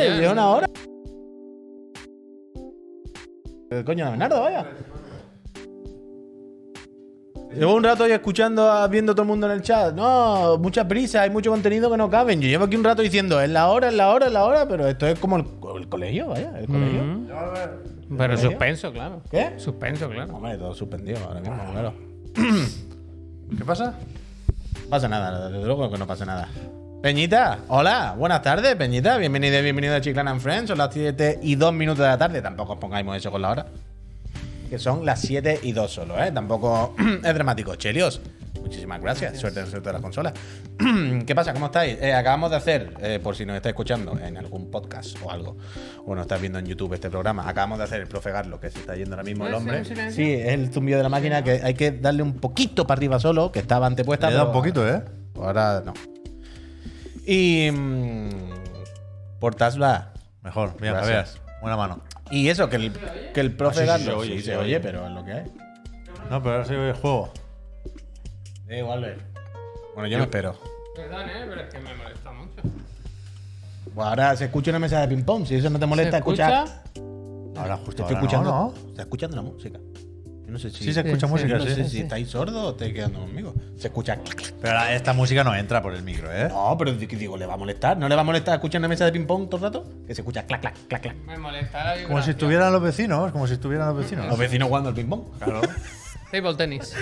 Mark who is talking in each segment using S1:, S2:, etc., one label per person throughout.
S1: Oye, lleva una hora. Eh, Coño, Bernardo, vaya. Llevo un rato hoy escuchando, a- viendo todo el mundo en el chat. No, mucha prisa, hay mucho contenido que no caben. Yo llevo aquí un rato diciendo, es la hora, es la hora, es la hora, pero esto es como el, co- el colegio, vaya, el colegio.
S2: Pero suspenso, claro.
S1: ¿Qué?
S2: Suspenso, claro.
S1: Hombre, todo suspendido ahora mismo, claro.
S3: ¿Qué pasa?
S1: No pasa nada, desde luego que no pasa nada. Peñita, hola, buenas tardes, Peñita. Bienvenida y bienvenido a Chiclan and Friends. Son las 7 y 2 minutos de la tarde. Tampoco os pongáis muy eso con la hora. Que son las 7 y 2 solo, ¿eh? Tampoco es dramático. Chelios, muchísimas gracias. Suerte en el sector de las consolas. ¿Qué pasa? ¿Cómo estáis? Eh, acabamos de hacer, eh, por si nos estáis escuchando en algún podcast o algo, o nos estás viendo en YouTube este programa, acabamos de hacer el Profe Garlo, que se está yendo ahora mismo el
S2: ¿Puede ser
S1: hombre.
S2: un silencio?
S1: Sí, es el zumbido de la máquina que hay que darle un poquito para arriba solo, que estaba antepuesta.
S3: Le da
S1: pero-
S3: un poquito, ¿eh?
S1: Ahora no. Y. mm, por Tasla.
S3: Mejor, mira, Javier.
S1: Gracias.
S3: Buena mano.
S1: Y eso, que el, que el profe
S3: Ah, sí,
S1: Garlo-
S3: sí, se oye,
S1: sí,
S3: se
S1: se
S3: oye.
S1: oye, pero es lo que hay.
S3: No, pero ahora sí el juego.
S1: Da igual, eh. Bueno, yo me espero.
S2: Perdón, eh, pero es que me molesta mucho.
S1: Pues ahora se escucha una mesa de ping-pong. Si eso no te molesta, escuchar.
S3: Ahora
S1: Te
S3: justo.
S1: estoy
S3: ahora,
S1: escuchando.
S3: ¿no?
S1: Está escuchando la música. Yo no sé si.
S3: Sí, se escucha
S2: sí,
S1: yo
S3: música,
S1: no
S3: sí.
S1: sé si estáis sordos o estáis quedando conmigo. Se escucha.
S3: Pero ahora esta música no entra por el micro, ¿eh?
S1: No, pero di- digo, ¿le va a molestar? ¿No le va a molestar escuchar una mesa de ping-pong todo el rato? Que se escucha clac, clac, clac, clac.
S2: Me molesta la vibración.
S3: Como si estuvieran los vecinos, como si estuvieran los
S1: Los
S3: vecinos.
S1: vecinos jugando al ping-pong.
S3: Claro.
S2: Table tenis.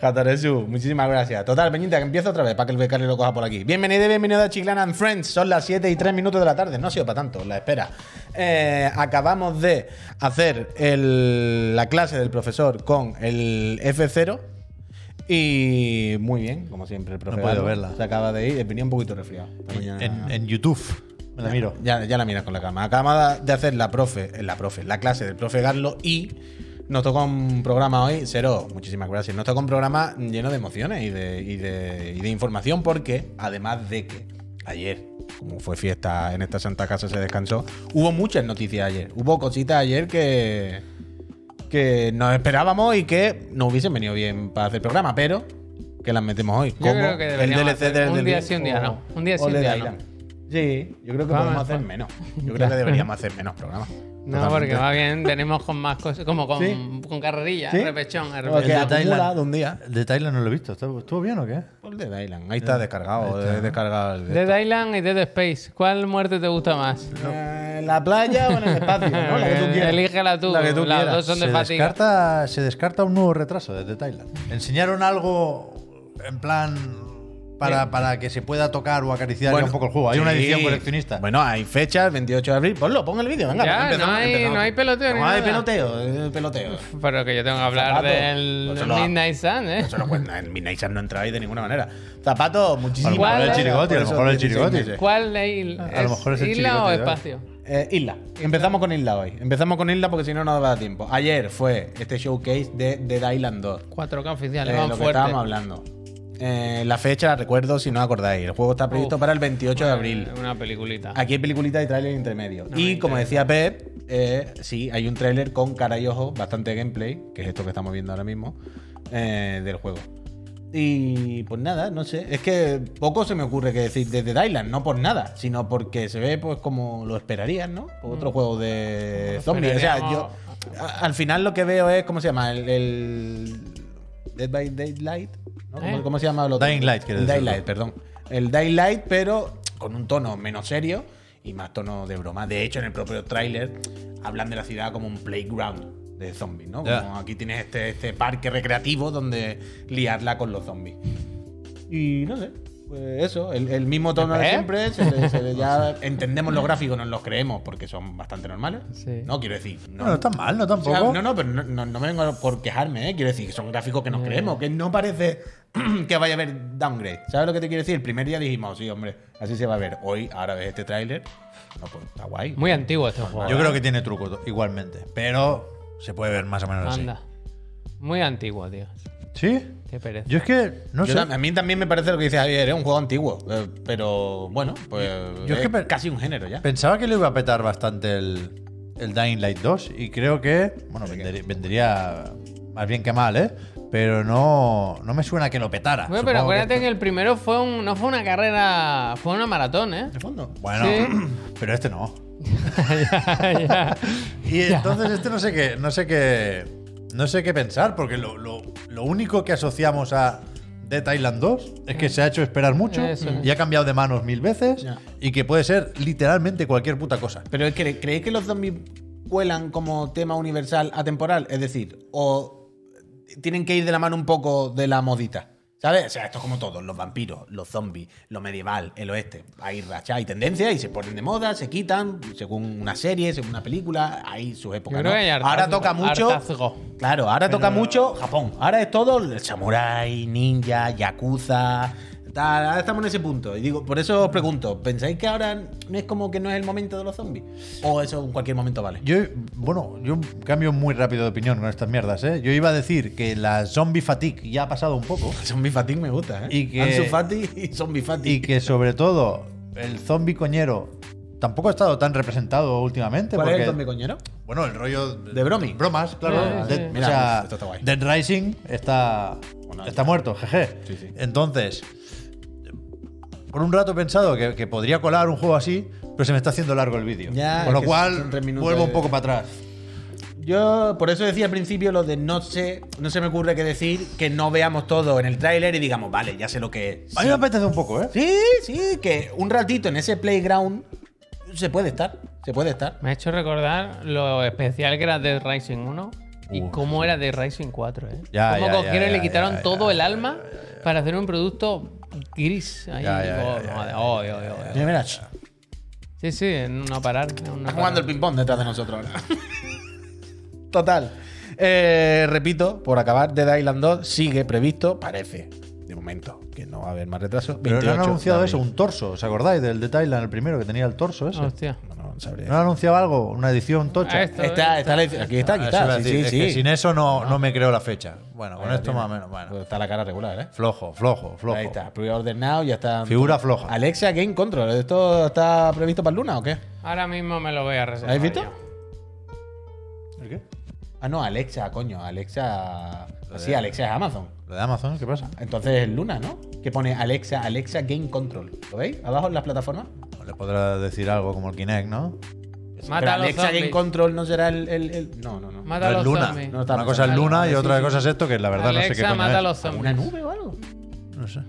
S1: Jataresu, muchísimas gracias. Total, Peñita, que empiezo otra vez para que el becario lo coja por aquí. Bienvenido y bienvenido a Chiclana and Friends. Son las 7 y 3 minutos de la tarde. No ha sido para tanto, la espera. Eh, acabamos de hacer el- la clase del profesor con el F0. Y muy bien, como siempre, el profesor.
S3: he podido verla.
S1: Se acaba de ir. Venía un poquito resfriado. Esta mañana-
S3: En, en YouTube. Me la miro.
S1: ya, ya la miras con la cama. Acabamos de hacer la profe, eh, la profe, la clase del profe Garlo y nos tocó un programa hoy, Cero, muchísimas gracias. Nos tocó un programa lleno de emociones y de, y de- y de información porque, además de que ayer, como fue fiesta en esta santa casa, se descansó, hubo muchas noticias ayer. Hubo cositas ayer que, que nos esperábamos y que no hubiesen venido bien para hacer programa, pero que las metemos hoy.
S2: Yo creo que deberíamos hacer un día sí, un día no. Un día sí,
S1: o
S2: un
S1: de
S2: día
S1: Dylan.
S2: no.
S1: Sí, yo creo que
S2: Vamos,
S1: podemos hacer
S2: vamos.
S1: menos. Yo creo que deberíamos hacer menos programas.
S2: No, porque va bien, tenemos con más cosas, como con,
S1: Sí.
S2: con carrerilla,
S1: Sí.
S2: repechón,
S1: Porque
S2: repechón.
S3: El de
S1: acumula
S3: Dylan.
S1: de un día.
S3: El de Thailand no lo he visto. ¿Estuvo estuvo bien o qué?
S1: El de Dylan. Ahí está descargado.
S3: Ahí está.
S1: eh, descargado el de-
S2: Dead Island y Dead Space. ¿Cuál muerte te gusta más?
S1: Eh, en la playa o en el espacio, ¿no? La que tú quieras.
S2: Elígela tú.
S1: La que tú
S2: Las
S1: quieras.
S2: dos son de
S3: se
S2: fatiga.
S3: descarta, se descarta un nuevo retraso desde Thailand. Enseñaron algo en plan para, para que se pueda tocar o acariciar ya un poco el juego. Hay una
S1: sí.
S3: edición coleccionista.
S1: Bueno, hay fechas, 28 de abril. Ponlo, pon el vídeo, venga.
S2: Ya,
S1: pues empezamos,
S2: no hay-
S1: empezamos.
S2: no hay peloteo ni
S1: No hay
S2: nada.
S1: peloteo, eh, peloteo.
S2: Pero que yo tengo que hablar
S1: Zapato.
S2: del
S1: Eso Pues lo-
S2: Midnight Sun, ¿eh?
S1: Eso no cuenta, en Midnight Sun no entrabais de ninguna manera. Zapatos, muchísimas
S2: ¿Cuál
S1: gracias.
S2: es?
S3: Chirigoti, a lo
S1: Por
S3: mejor el
S1: esos 16
S3: Chirigoti.
S1: meses.
S2: ¿Cuál es,
S3: A lo mejor es el
S2: isla o
S3: chiringuito, ¿eh?
S2: espacio?
S1: Eh, Isla. Empezamos con Isla hoy. Empezamos con Isla porque si no, no nos da tiempo. Ayer fue este showcase de Dead Island 2.
S2: 4K oficiales,
S1: eh,
S2: van
S1: lo que
S2: fuerte.
S1: estábamos hablando. Eh, la fecha la recuerdo si no os acordáis. El juego está previsto
S2: Uf.
S1: para el 28 de abril.
S2: Eh, Una peliculita.
S1: Aquí hay peliculita y tráiler intermedio.
S2: No
S1: y
S2: me
S1: como decía Pep, eh, sí, hay un tráiler con cara y ojo, bastante gameplay, que es esto que estamos viendo ahora mismo, eh, del juego. Y pues nada, no sé. Es que poco se me ocurre que decir desde Dylan, no por nada, sino porque se ve pues como lo esperarían, ¿no? Pues Otro
S2: Mm.
S1: juego de zombies. O sea, yo a- al final lo que veo es, ¿cómo se llama? El, el Dead by Daylight, ¿no? ¿Cómo,
S2: ¿Eh?
S1: cómo se llama? el otro?
S3: Dying Light, quieres
S1: El
S3: decirlo.
S1: Daylight, perdón. El Daylight, pero con un tono menos serio y más tono de broma. De hecho, en el propio tráiler hablan de la ciudad como un playground de zombies, ¿no?
S3: Ya.
S1: Como aquí tienes este, este parque recreativo donde liarla con los zombies. Y no sé. Pues eso, el, el mismo tono de
S2: ¿Eh?
S1: siempre, se le- se le ya entendemos los gráficos, nos los creemos porque son bastante normales.
S2: Sí.
S1: No quiero decir, no,
S3: No, no está mal, no
S1: o sea,
S3: tampoco.
S1: no, no, pero no, no- no me vengo por quejarme, ¿eh? Quiero decir, que son gráficos que
S3: Mm.
S1: nos creemos, que no parece que vaya a haber downgrade. ¿Sabes lo que te quiero decir? El primer día dijimos, sí, hombre, así se va a ver. Hoy, ahora ves este tráiler, no, pues, está guay.
S2: Muy antiguo este juego.
S3: Yo creo que tiene truco to- igualmente, pero se puede ver más o menos
S2: Anda. Muy antiguo, tío.
S3: así. ¿Sí?
S2: Qué pereza.
S3: Yo es que no
S1: Yo
S3: sé.
S1: tam- a mí también me parece lo que dice Javier, es un juego antiguo, eh, pero bueno, pues
S3: yo es
S1: es
S3: que pe-
S1: casi un género ya.
S3: Pensaba que le iba a petar bastante el, el Dying Light 2 y creo que, bueno, vendería, vendería más bien que mal, ¿eh? Pero no, no me suena que lo petara.
S2: Bueno, pero
S3: Ah, Supongo que-
S2: acuérdate que el primero fue un, no fue una carrera, fue una maratón, ¿eh?
S1: De fondo.
S3: Bueno,
S2: Sí.
S3: pero este no.
S2: Ya, ya.
S3: Y entonces este no sé qué, no sé qué, no sé qué pensar, porque lo, lo- lo único que asociamos a The Thailand 2 es que se ha hecho esperar mucho
S2: Eso es.
S3: y ha cambiado de manos mil veces
S1: Ya.
S3: y que puede ser literalmente cualquier puta cosa.
S1: Pero es que creéis que los zombies cuelan como tema universal atemporal, es decir, o tienen que ir de la mano un poco de la modita. ¿Sabes? O sea, esto es como todos, los vampiros, los zombies, lo medieval, el oeste. Hay rachas, hay tendencias y se ponen de moda, se quitan, según una serie, según una película, hay sus
S2: Yo
S1: épocas.
S2: creo
S1: ¿no?
S2: que hay
S1: Ahora
S2: hartazgo,
S1: toca mucho.
S2: hartazgo.
S1: Claro, ahora toca mucho Japón. Ahora es todo el samurái, ninja, yakuza. Tal. Ahora estamos en ese punto. Y digo, por eso os pregunto, ¿pensáis que ahora no es como que no es el momento de los zombies? ¿O eso en cualquier momento vale?
S3: Yo, bueno, yo cambio muy rápido de opinión con estas mierdas, ¿eh? Yo iba a decir que la zombie fatigue ya ha pasado un poco
S1: Zombie Fatigue me gusta, ¿eh?
S3: Y que-
S1: Ansu Fati y Zombie Fatigue.
S3: y que sobre todo el zombie coñero tampoco ha estado tan representado últimamente.
S1: ¿Cuál es el
S3: porque-
S1: zombie coñero?
S3: Bueno, el rollo
S1: De bromi.
S3: Bromas, claro.
S2: Ah, Sí,
S3: Dead-
S2: sí.
S3: o
S1: Mira,
S3: sea,
S1: esto está guay.
S3: Dead Rising está,
S1: Bueno,
S3: está muerto, jeje.
S1: Sí, sí.
S3: Entonces, por un rato he pensado que, que podría colar un juego así, pero se me está haciendo largo el vídeo.
S1: Ya,
S3: Con
S1: es
S3: lo
S1: que
S3: cual,
S1: son tres minutos
S3: vuelvo
S1: de-
S3: un poco para atrás.
S1: Yo por eso decía al principio lo de no sé, no se me ocurre qué decir, que no veamos todo en el tráiler y digamos, vale, ya sé lo que es.
S3: A mí me apetece un poco, ¿eh?
S1: Sí, sí, que un ratito en ese playground se puede estar, se puede estar.
S2: Me ha hecho recordar lo especial que era Dead Rising 1 y
S3: Uh,
S2: cómo era Dead Rising 4, ¿eh?
S3: Ya,
S2: cómo
S3: ya, ya,
S2: cogieron y
S3: ya,
S2: le quitaron
S3: ya,
S2: todo
S3: ya,
S2: el alma para hacer un producto gris. Ahí,
S3: Ya, ya,
S2: oh,
S3: ya, ya,
S2: madre, oh, oh, oh, oh.
S1: Mira, mira, shh,
S2: Sí, sí, en no parar. en no
S1: está jugando el
S2: parar.
S1: ping-pong detrás de nosotros ahora. Total. Eh, repito, por acabar, Dead Island 2 sigue previsto, parece, de momento, que no va a haber más retraso.
S3: Pero no han
S1: 28 de
S3: anunciado
S1: abril.
S3: eso, un torso. ¿Os acordáis del de Thailand, el primero que tenía el torso ese?
S2: Hostia.
S1: No, no, sabré.
S3: ¿No han anunciado algo? ¿Una edición tocha?
S2: Ah, esto-
S1: Está, está la- aquí está, aquí está.
S3: Ah, eso iba a
S1: sí,
S3: decir,
S1: sí,
S3: es
S1: sí. Ah.
S3: que sin eso no, no me creo la fecha. Bueno, con
S1: Ahí la
S3: esto
S1: tiene.
S3: más o menos. bueno.
S1: Pues está la cara regular, ¿eh?
S3: Flojo, flojo, flojo.
S1: Ahí está, pre-order now, ya está.
S3: Figura floja.
S1: Alexa Game Control, ¿esto está previsto para el Luna o qué?
S2: Ahora mismo me lo voy a reservar.
S1: ¿Habéis visto?
S2: yo.
S3: ¿El qué?
S1: Ah, no, Alexa, coño, Alexa. Sí, Alexa es Amazon.
S3: ¿Lo de Amazon? ¿Qué pasa?
S1: Entonces es Luna, ¿no? Que pone Alexa, Alexa Game Control. ¿Lo veis? Abajo en las plataformas.
S3: No le podrá decir algo como el Kinect, ¿no?
S2: Mata
S1: Pero
S2: a los
S1: Alexa Game
S2: zombies.
S1: Control no será el. el- el- No, no, no.
S2: Mata a
S3: no es
S2: los
S3: Luna.
S2: zombies.
S1: No está pensando.
S3: una cosa es Luna y
S2: Sí,
S3: otra
S2: sí.
S3: cosa es esto, que la verdad no sé qué
S2: Alexa,
S3: coño
S2: mata
S3: es.
S2: a los
S1: ¿Una
S2: zombies.
S1: nube o algo?
S3: No sé.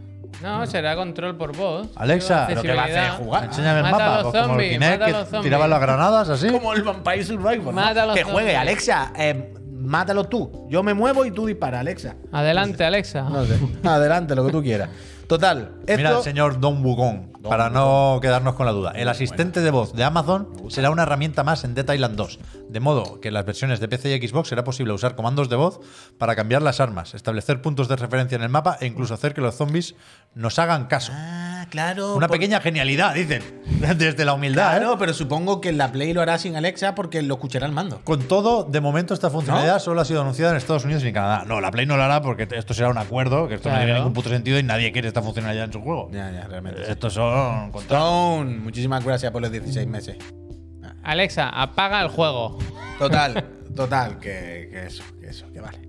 S2: No, será control por voz.
S3: Alexa,
S2: Digo,
S3: lo que va a
S1: hacer es
S2: accesibilidad.
S1: jugar.
S3: Enséñame el
S2: Mata a
S3: mapa.
S2: los
S3: pues como el
S2: zombies,
S3: Kinect
S2: mata a los
S3: que
S2: zombies.
S3: tiraba las granadas así.
S1: Como el Vampire Survivor. ¿no?
S2: Mátalos
S1: Que
S2: tú,
S1: juegue,
S2: hombre.
S1: Alexa. eh, mátalo tú. Yo me muevo y tú dispara, Alexa.
S2: Adelante, Alexa.
S1: No sé. Adelante, lo que tú quieras. Total. Esto...
S3: Mira el señor Don Wukong, para no quedarnos con la duda. El asistente de voz de Amazon será una herramienta más en Dead Island 2, de modo que en las versiones de PC y Xbox será posible usar comandos de voz para cambiar las armas, establecer puntos de referencia en el mapa e incluso hacer que los zombies nos hagan caso.
S1: Ah, claro.
S3: Una
S1: por-
S3: pequeña genialidad, dicen, desde la humildad. ¿eh?
S1: Claro, pero supongo que la Play lo hará sin Alexa porque lo escuchará el mando.
S3: Con todo, de momento esta funcionalidad solo ha sido anunciada en Estados Unidos y en Canadá. No, la Play no lo hará porque esto será un acuerdo, que esto no
S2: Claro.
S3: tiene ningún puto sentido y nadie quiere esta funcionalidad en su juego. Eh,
S1: Ya, ya, realmente. sí.
S3: Estos son contratos.
S1: Tone, muchísimas gracias por los 16 meses.
S2: Alexa, apaga el juego.
S1: Total, total, que, que eso, que eso, que vale.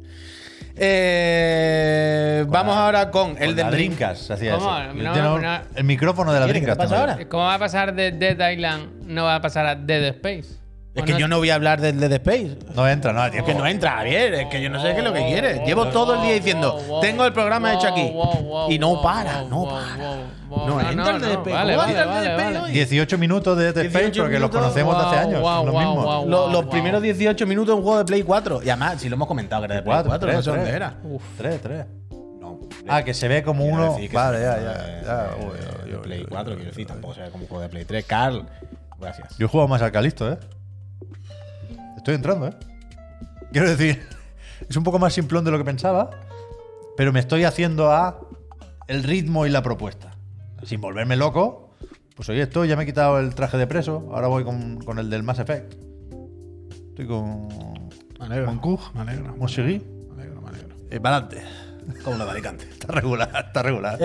S1: Eh, vamos
S3: la-
S1: ahora con
S3: El
S1: el
S3: de
S1: de
S3: Drinkas hacía
S2: ¿Cómo?
S3: eso.
S2: No,
S3: Yo tengo
S2: no, no.
S3: El micrófono de la este
S1: ¿Quieres que
S3: Drinkas.
S1: te pase
S3: tengo yo.
S1: ahora?
S2: ¿Cómo va a pasar de Dead Island? No va a pasar a Dead Space.
S1: Es
S2: ¿O
S1: que yo no voy a hablar del Dead Space.
S3: No entra, no,
S1: Es
S3: tío.
S1: que no entra, Javier. Es que yo no sé qué es lo que quieres. Llevo todo el día diciendo,
S2: wow, wow,
S1: tengo el programa
S2: wow,
S1: hecho aquí.
S2: wow, wow,
S1: y no
S2: wow,
S1: para,
S2: wow,
S1: no
S2: wow,
S1: para.
S2: wow, wow.
S1: No, entra el
S2: no,
S1: Dead Space.
S2: vale,
S1: ¿Cómo va a
S2: vale,
S1: entrar el Dead
S2: vale,
S1: Space
S2: vale.
S1: hoy?
S3: 18 minutos de Dead Space
S1: 18
S3: porque los
S1: minutos.
S3: conocemos de hace
S2: Wow,
S3: años.
S2: wow,
S3: son los
S2: wow,
S3: mismos.
S2: wow.
S1: Lo- los
S2: wow.
S1: primeros 18 minutos de un juego de Play 4. Y además, si lo hemos comentado, que era de Play 4,
S3: Cuatro,
S1: no
S3: tres,
S1: sé dónde
S3: tres.
S1: era.
S2: Uf.
S3: Tres, tres.
S1: No,
S3: Ah, que se ve como
S1: Quiero
S3: uno.
S1: decir que
S3: Vale,
S1: se
S3: ya,
S1: trata
S3: ya.
S1: de-
S3: ya.
S1: de-
S3: Uy,
S1: de
S3: uy, uy,
S1: Play
S3: uy,
S1: 4,
S3: uy,
S1: quiero
S3: uy.
S1: decir, tampoco se ve como un juego de Play 3. Carl, gracias.
S3: Yo juego más al Calisto, ¿eh? Estoy entrando, ¿eh? Quiero decir, es un poco más simplón de lo que pensaba, pero me estoy haciendo a el ritmo y la propuesta. Sin volverme loco, pues hoy estoy, ya me he quitado el traje de preso, ahora voy con, con el del Mass Effect. Estoy con.
S1: Me alegro.
S3: Con Kug.
S1: Me alegro.
S3: ¿Cómo seguí?
S1: Me alegro, me alegro.
S3: Eh, para adelante.
S1: Como la de Alicante.
S3: Está regular, está regular.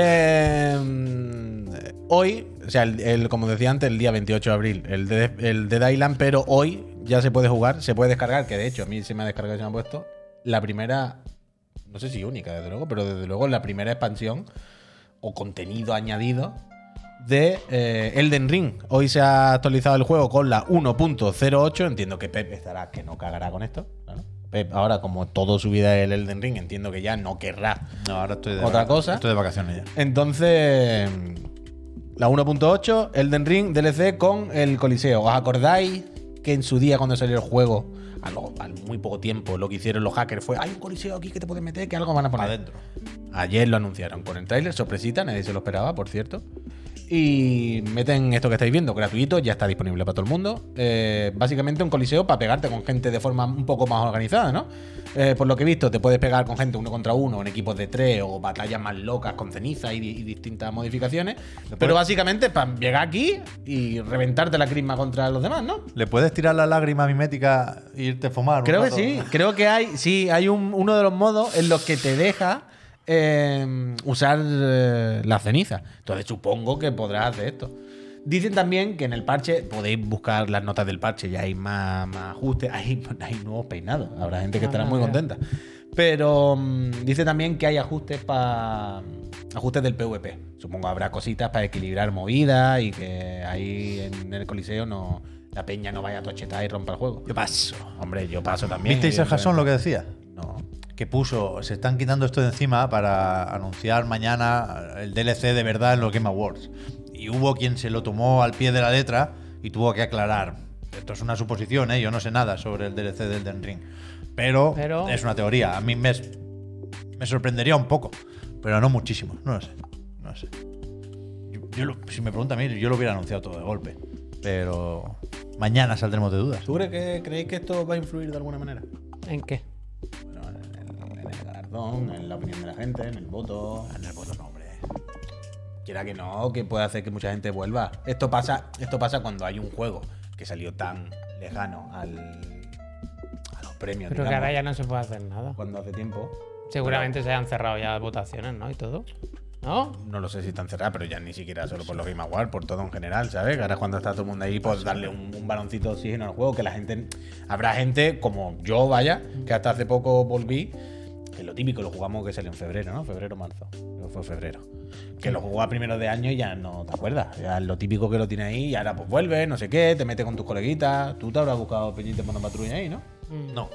S1: Eh, hoy, o sea, el, el- como decía antes, el día 28 de abril, el de, el de Dylan, pero hoy ya se puede jugar, se puede descargar, que de hecho a mí se me ha descargado y se me ha puesto la primera no sé si única, desde luego, pero desde luego la primera expansión o contenido añadido de eh, Elden Ring. Hoy se ha actualizado el juego con la 1.08. Entiendo que Pep estará que no cagará con esto. claro. Pep, ahora, como todo su vida es el Elden Ring, entiendo que ya no querrá
S3: No, ahora estoy de
S1: ¿Otra
S3: vaca-
S1: cosa?
S3: Estoy de vacaciones ya.
S1: entonces, la 1.8, Elden Ring DLC con el Coliseo. ¿Os acordáis que en su día cuando salió el juego, a lo- al muy poco tiempo, lo que hicieron los hackers fue, hay un Coliseo aquí que te puedes meter, que algo van a poner
S3: Adentro.
S1: Ayer lo anunciaron con el tráiler, sorpresita, nadie se lo esperaba, por cierto. Y meten esto que estáis viendo, gratuito, ya está disponible para todo el mundo. Eh, básicamente un coliseo para pegarte con gente de forma un poco más organizada, ¿no? Eh, por lo que he visto, te puedes pegar con gente uno contra uno, en equipos de tres, o batallas más locas con ceniza y, di- y distintas modificaciones. Pero básicamente para llegar aquí y reventarte la crisma contra los demás, ¿no?
S3: ¿Le puedes tirar la lágrima mimética e irte a fumar? un
S1: Creo que
S3: rato?
S1: sí, creo que hay, sí, hay un- uno de los modos en los que te deja eh, usar eh, la ceniza. Entonces supongo que podrás hacer esto. Dicen también que en el parche podéis buscar las notas del parche y hay más, más ajustes, hay, hay nuevos peinados. Habrá gente que
S3: Ah,
S1: estará muy contenta. Pero mm, dice también que hay ajustes para ajustes del PvP. Supongo habrá cositas para equilibrar movidas y que ahí en el coliseo no la peña no vaya a tochetar y rompa el juego.
S3: Yo paso.
S1: Hombre, yo paso también.
S3: ¿Visteis a Jason lo que decía?
S1: No.
S3: Que puso, se están quitando esto de encima para anunciar mañana el DLC de verdad en los Game Awards. Y hubo quien se lo tomó al pie de la letra y tuvo que aclarar. Esto es una suposición, ¿eh? yo no sé nada sobre el DLC del Den Ring. Pero,
S2: Pero-
S3: es una teoría. A mí me, me sorprendería un poco, pero no muchísimo. No lo sé. No lo sé. Yo- yo lo- si me pregunta a mí, yo lo hubiera anunciado todo de golpe. Pero mañana saldremos de dudas.
S1: ¿Tú crees que, creéis que esto va a influir de alguna manera?
S2: ¿En qué?
S1: Bueno, en el, en el galardón, en la opinión de la gente, en el voto. Ah, En el voto no, hombre. Quiera que no, que puede hacer que mucha gente vuelva. Esto pasa, esto pasa cuando hay un juego que salió tan lejano al, a los premios.
S2: Pero que
S1: digamos,
S2: ahora ya no se puede hacer nada.
S1: Cuando hace tiempo.
S2: Seguramente se hayan cerrado ya las votaciones, ¿no? Y todo. ¿No?
S1: No lo sé si están cerradas, pero ya ni siquiera solo por los Game Awards, por todo en general, ¿sabes? Que ahora es cuando está todo el mundo ahí, pues darle un, un baloncito de oxígeno al juego, que la gente. Habrá gente como yo, vaya, que hasta hace poco volví. Que lo típico, lo jugamos que salió en febrero, ¿no? Febrero, marzo. Creo que fue febrero. Que lo jugó a primero de año y ya no te acuerdas. Ya es lo típico que lo tiene ahí y ahora pues vuelve, no sé qué, te metes con tus coleguitas. Tú te habrás buscado Peñita en patrulla ahí, ¿no?
S3: No.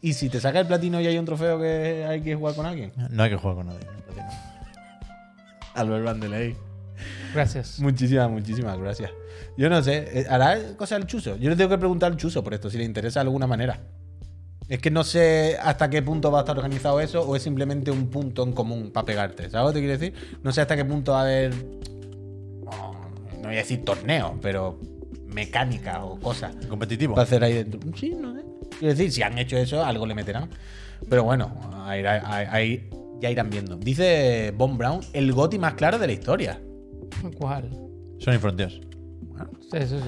S1: Y si te saca el platino y hay un trofeo que hay que jugar con alguien.
S3: No hay que jugar con nadie.
S1: Albert Vandeley.
S2: Gracias.
S1: Muchísimas, muchísimas gracias. Yo no sé, eh, hará cosas al chuso. Yo le tengo que preguntar al chuso por esto, si le interesa de alguna manera. Es que no sé hasta qué punto va a estar organizado eso o es simplemente un punto en común para pegarte. ¿Sabes lo que te quiero decir? No sé hasta qué punto va a haber. No, no voy a decir torneo, pero mecánica o cosas
S3: Competitivo.
S1: para hacer ahí dentro. Sí, no sé. Quiero decir, si han hecho eso, algo le meterán. Pero bueno, ahí, ahí- ahí ya irán viendo. Dice Von Brown, el goti más claro de la historia.
S2: ¿Cuál?
S3: Sony Frontiers.
S2: Sí, Eso sí.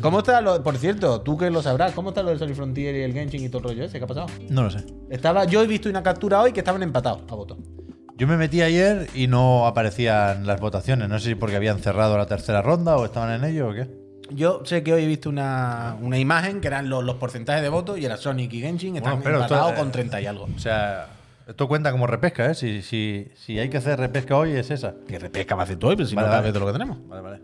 S1: ¿Cómo está lo, por cierto, tú que lo sabrás, cómo está lo del Sony Frontier y el Genshin y todo el rollo ese? ¿Qué ha pasado?
S3: No lo sé.
S1: Estaba, yo he visto una captura hoy que estaban empatados a voto.
S3: Yo me metí ayer y no aparecían las votaciones. No sé si porque habían cerrado la tercera ronda o estaban en ello o qué.
S1: Yo sé que hoy he visto una, una imagen que eran los, los porcentajes de votos y era Sonic y Genshin estaban
S3: Bueno, pero esto,
S1: empatados
S3: eh,
S1: con 30 y algo.
S3: O sea, esto cuenta como repesca, ¿eh? Si, si, si hay que hacer repesca hoy es esa.
S1: Que repesca va a hacer tú hoy, pero si
S3: Vale,
S1: no
S3: vale.
S1: sabes de lo que tenemos.
S3: Vale, vale.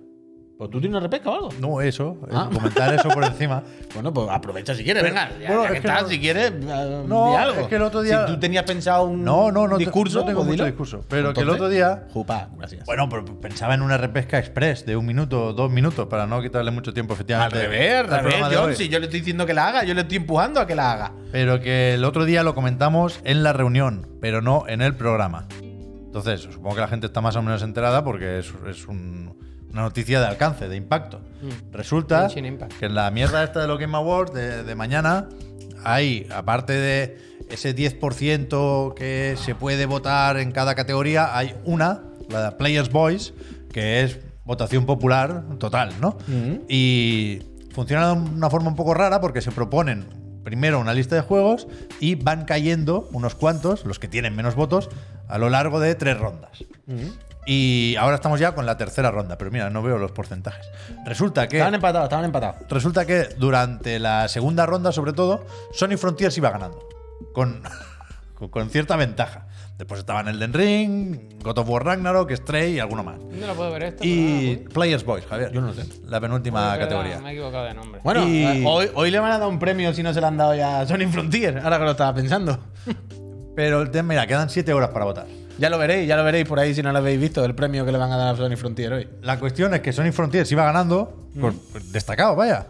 S1: Pues tú tienes una repesca o algo.
S3: No, eso. eh,
S1: Ah.
S3: Comentar eso por encima.
S1: Bueno, pues aprovecha si quieres, venga. ya- ya
S3: bueno, es
S1: que
S3: que
S1: estás,
S3: no-
S1: si quieres, eh,
S3: No,
S1: di algo.
S3: es que el otro día-
S1: Si tú tenías pensado un
S3: No, no, no te-
S1: discurso,
S3: no tengo
S1: pues
S3: mucho
S1: dilo.
S3: discurso, pero que el otro día-
S1: Jupa, gracias.
S3: Bueno, pero pensaba en una repesca express de un minuto, dos minutos, para no quitarle mucho tiempo,
S1: Al
S3: efectivamente.
S1: revés,
S3: al
S1: al revés,
S3: programa de
S1: John,
S3: hoy.
S1: si yo le estoy diciendo que la haga, yo le estoy empujando a que la haga.
S3: Pero que el otro día lo comentamos en la reunión, pero no en el programa. Entonces, supongo que la gente está más o menos enterada porque es, es un- una noticia de alcance, de impacto. Resulta
S2: Genshin Impact.
S3: que en la mierda esta de los Game Awards de, de mañana hay, aparte de ese 10% que se puede votar en cada categoría, hay una, la de Players Voice, que es votación popular total, ¿no?
S1: Mm,
S3: Y funciona de una forma un poco rara porque se proponen primero una lista de juegos y van cayendo unos cuantos, los que tienen menos votos, a lo largo de tres rondas.
S1: mm.
S3: Y ahora estamos ya con la tercera ronda, pero mira, no veo los porcentajes. Resulta que
S1: Estaban empatados, estaban empatados.
S3: resulta que durante la segunda ronda, sobre todo, Sony Frontiers iba ganando. con, con- con cierta ventaja. Después estaban Elden Ring, God of War Ragnarok, Stray y alguno más.
S2: ¿Dónde lo puedo ver esto?
S3: Y
S2: Perdona,
S3: Players Boys, Javier. Yo no lo sé. La penúltima
S2: Uy, es verdad,
S3: categoría.
S2: Me he equivocado de nombre.
S1: Bueno, eh,
S3: Y-
S1: hoy, hoy le van a dar un premio si no se lo han dado ya a Sony Frontier, ahora que lo estaba pensando.
S3: Pero el tema, mira, quedan 7 horas para votar.
S1: Ya lo veréis, ya lo veréis por ahí si no lo habéis visto, el premio que le van a dar a Sony Frontier hoy.
S3: La cuestión es que Sonic Frontiers iba ganando,
S1: Mm.
S3: con- destacado, vaya.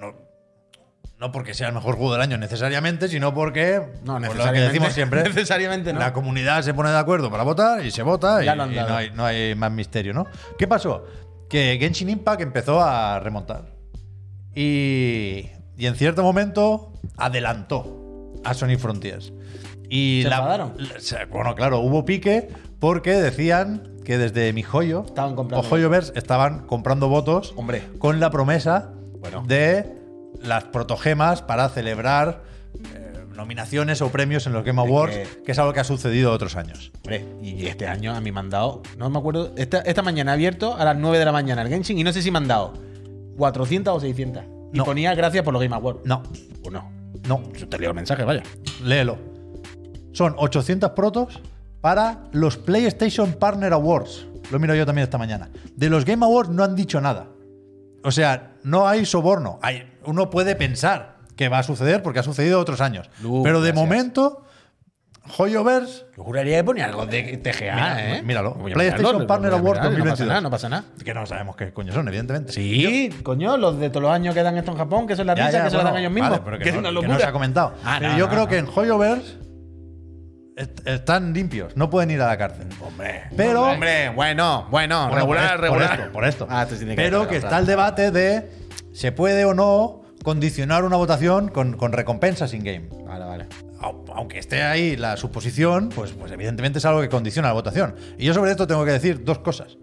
S3: No, no porque sea el mejor juego del año necesariamente, sino porque,
S1: No,
S3: por
S1: necesariamente.
S3: lo que decimos siempre,
S1: necesariamente no.
S3: la comunidad se pone de acuerdo para votar y se vota y,
S1: Ya lo han
S3: y
S1: dado.
S3: no, hay, no hay más misterio, ¿no? ¿Qué pasó? Que Genshin Impact empezó a remontar y, y en cierto momento adelantó a Sony Frontiers. Y
S1: ¿Se
S3: la-
S1: enfadaron?
S3: la- se- bueno, claro, hubo pique porque decían que desde mi joyo,
S1: Estaban comprando
S3: o joyovers, estaban comprando votos
S1: Hombre.
S3: con la promesa
S1: Bueno.
S3: de las protogemas para celebrar eh, nominaciones o premios en los Game Awards,
S1: que-
S3: que... es algo que ha sucedido otros años.
S1: Hombre, y este año a mí me han dado, no me acuerdo, esta, esta mañana he abierto a las 9 de la mañana el Genshin y no sé si me han dado 400 o 600. Y
S3: No.
S1: ponía gracias por los Game Awards.
S3: No,
S1: O no.
S3: no,
S1: Yo te leo el mensaje, vaya.
S3: léelo. Son 800 protos para los PlayStation Partner Awards. Lo miro yo también esta mañana. De los Game Awards no han dicho nada. O sea, no hay soborno. Hay- uno puede pensar que va a suceder porque ha sucedido otros años.
S1: Lu,
S3: Pero de
S1: gracias.
S3: momento, Joyovers
S1: Yo juraría que ponía algo de TGA,
S3: Mira,
S1: ¿eh?
S3: míralo.
S1: Voy a
S3: PlayStation
S1: mirarlo,
S3: Partner
S1: voy a
S3: Award
S1: mirarlo, No
S3: 2022.
S1: pasa nada, no pasa nada.
S3: que no sabemos qué coño son, evidentemente.
S1: Sí, coño, los de todos los años que dan esto en Japón, que son la
S3: Ya,
S1: pizza,
S3: ya,
S1: que se la dan
S3: bueno,
S1: ellos mismos.
S3: vale, pero que,
S1: que
S3: no,
S1: es una
S3: que no
S1: locura.
S3: se ha comentado.
S1: Ah,
S3: pero
S1: no,
S3: yo
S1: no,
S3: creo
S1: no.
S3: que en Hoyoverse est- están limpios, no pueden ir a la cárcel. Hombre. Pero
S1: Hombre, bueno, bueno,
S3: Bueno, pues
S1: regular,
S3: por,
S1: regular.
S3: esto, por esto, por esto.
S1: Ah, esto tiene que
S3: Pero
S1: ver,
S3: que
S1: claro.
S3: está el debate de se puede o no condicionar una votación con, con recompensas in-game.
S1: Vale, vale.
S3: Au- Aunque esté ahí la suposición, pues, pues evidentemente es algo que condiciona la votación. Y yo sobre esto tengo que decir dos cosas.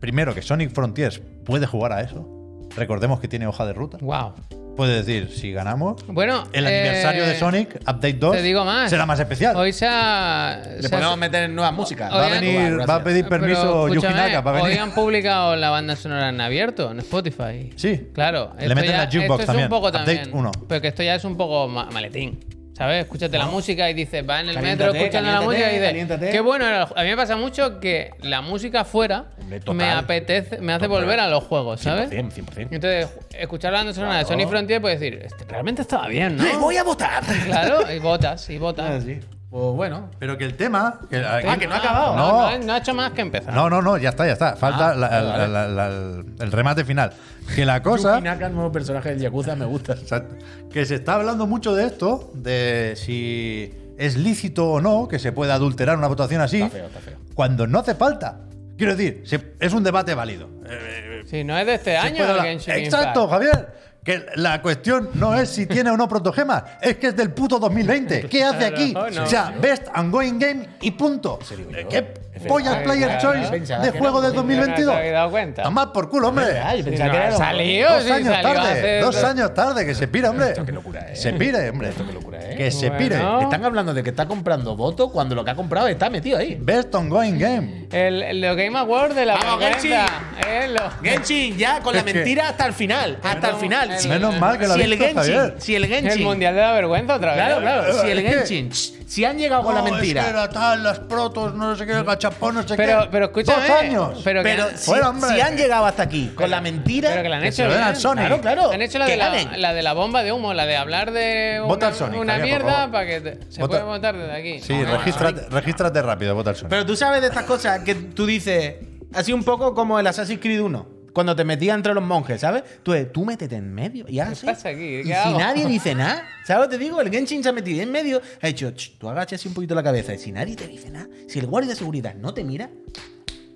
S3: Primero, que Sonic Frontiers puede jugar a eso. Recordemos que tiene hoja de ruta.
S2: Wow.
S3: Puede decir, si ganamos,
S2: Bueno,
S3: el
S2: eh,
S3: aniversario de Sonic, Update 2,
S2: Te digo más.
S3: será más especial.
S2: Hoy se ha.
S1: Le
S2: se ha-
S1: podemos meter nuevas músicas.
S2: hoy
S3: va a
S2: han-
S3: venir,
S1: Gracias.
S3: va a pedir
S2: Pero,
S3: permiso Yuji
S2: escúchame,
S3: Naka, va a
S2: Hoy
S3: venir.
S2: han publicado la banda sonora en abierto, en Spotify.
S3: Sí.
S2: Claro.
S3: Le
S2: esto
S3: meten
S2: ya-
S3: la jukebox
S2: esto es
S3: también,
S2: Un poco
S3: update
S2: también.
S3: uno.
S2: Pero que esto ya es un poco ma- maletín. ¿Sabes? Escúchate la música y dices, va en el
S1: Caliéntate,
S2: metro escuchando la
S1: caliéntate,
S2: música y dices,
S1: caliéntate.
S2: qué bueno era. el ju-". A mí me pasa mucho que la música fuera
S1: Hombre, total.
S2: me apetece, me hace volver a los juegos, ¿sabes?
S1: 100%, 100%.
S2: Entonces, ju- escuchar la banda sonora
S1: Claro.
S2: de Sony Frontier puedes decir, "Este, realmente estaba bien, ¿no?
S1: a votar!
S2: Claro, y votas, y
S3: Ah,
S2: votas.
S1: sí. Pues bueno.
S3: Pero que el tema... que-
S1: Ah, que no ha acabado.
S2: No,
S3: No.
S2: no, he- no ha hecho más que empezar.
S3: No, no, no, ya está, ya está. Falta
S1: Ah,
S3: la-
S1: vale,
S3: la-
S1: vale.
S3: la- la- la- el remate final. Que la cosa...
S1: Yuki Naka, el nuevo personaje del Yakuza, me gusta.
S3: Exacto. Que se está hablando mucho de esto, de si es lícito o no que se pueda adulterar una votación así,
S1: Está feo, está feo.
S3: cuando no hace falta. Quiero decir, se- es un debate válido. Eh, eh,
S2: Si no es de este
S3: se
S2: año
S3: puede
S2: el
S3: hablar-
S2: Genshin
S3: Exacto,
S2: Impact.
S3: Javier. Que la cuestión no es si tiene o no protogemas, es que es del puto 2020. ¿Qué hace
S2: Claro,
S3: aquí?
S2: no.
S3: o sea, best ongoing game y punto. Eh,
S1: serio, yo?
S3: ¿Qué
S1: Es verdad,
S3: pollas
S1: es
S3: player
S2: verdad,
S3: choice
S1: pensaba
S3: de
S1: que
S3: juego
S1: no,
S3: del
S1: yo no
S2: me había
S3: 2022?
S2: dado cuenta.
S3: Tomad por culo, hombre.
S1: Ay,
S2: Si
S1: pensaba
S2: no
S1: que
S2: ha
S1: era un-
S2: salido,
S3: Dos
S2: sí,
S3: años
S2: salió hace
S3: tarde, dos
S2: dos-
S3: años tarde, que se pira, hombre.
S1: Esto qué locura, ¿eh?
S3: Se pire, hombre.
S1: Esto qué locura, ¿eh?
S3: Que se
S2: Bueno.
S3: pire.
S2: No.
S1: Están hablando de que está comprando votos cuando lo que ha comprado está metido ahí.
S3: Best ongoing game.
S2: El, el los Game Awards de la
S1: Vamos,
S2: vergüenza. Eh, lo-
S1: Genshin, ya, con la
S3: Es que-
S1: mentira hasta el final. Hasta el final.
S2: el-
S1: Si-
S3: Menos mal que lo ha
S1: si el
S3: visto Javier.
S1: Genshin, si el
S2: El
S1: Genshin.
S2: Mundial de la Vergüenza otra vez.
S1: Claro, claro. Si el
S3: Es que-
S1: Genshin. ch, Si han llegado con la
S3: No, es que
S1: mentira.
S3: era tal, las protos, no sé qué, gachapón, no sé
S2: Pero,
S3: qué.
S2: pero escúchame.
S3: Dos años.
S2: Pero, que
S1: Pero
S2: han-
S1: si,
S3: Bueno, hombre.
S1: si han llegado hasta aquí con la mentira.
S2: pero que la han
S3: que
S2: hecho.
S3: se lo den
S2: bien.
S3: al Sony.
S1: Claro, claro.
S2: Han hecho la
S1: Que
S2: de la,
S1: ganen.
S2: la de la bomba de humo, la de hablar de una,
S3: Vota al Sony,
S2: una
S3: Javier, por
S2: mierda
S3: favor.
S2: para que te- se
S3: Vota-
S2: puede votar desde aquí.
S3: Sí,
S2: Ah,
S3: regístrate, regístrate rápido, vota el Sony.
S1: Pero tú sabes de estas cosas que tú dices, así un poco como el Assassin's Creed 1. Cuando te metías entre los monjes, ¿sabes? Tú, dices, tú métete en medio y haz así.
S2: pasa aquí? ¿Qué
S1: Y si
S2: hago?
S1: nadie dice nada, ¿sabes? Te digo, el Genshin se ha metido en medio, ha hecho, "Ch", tú agachas así un poquito la cabeza y si nadie te dice nada, si el guardia de seguridad no te mira,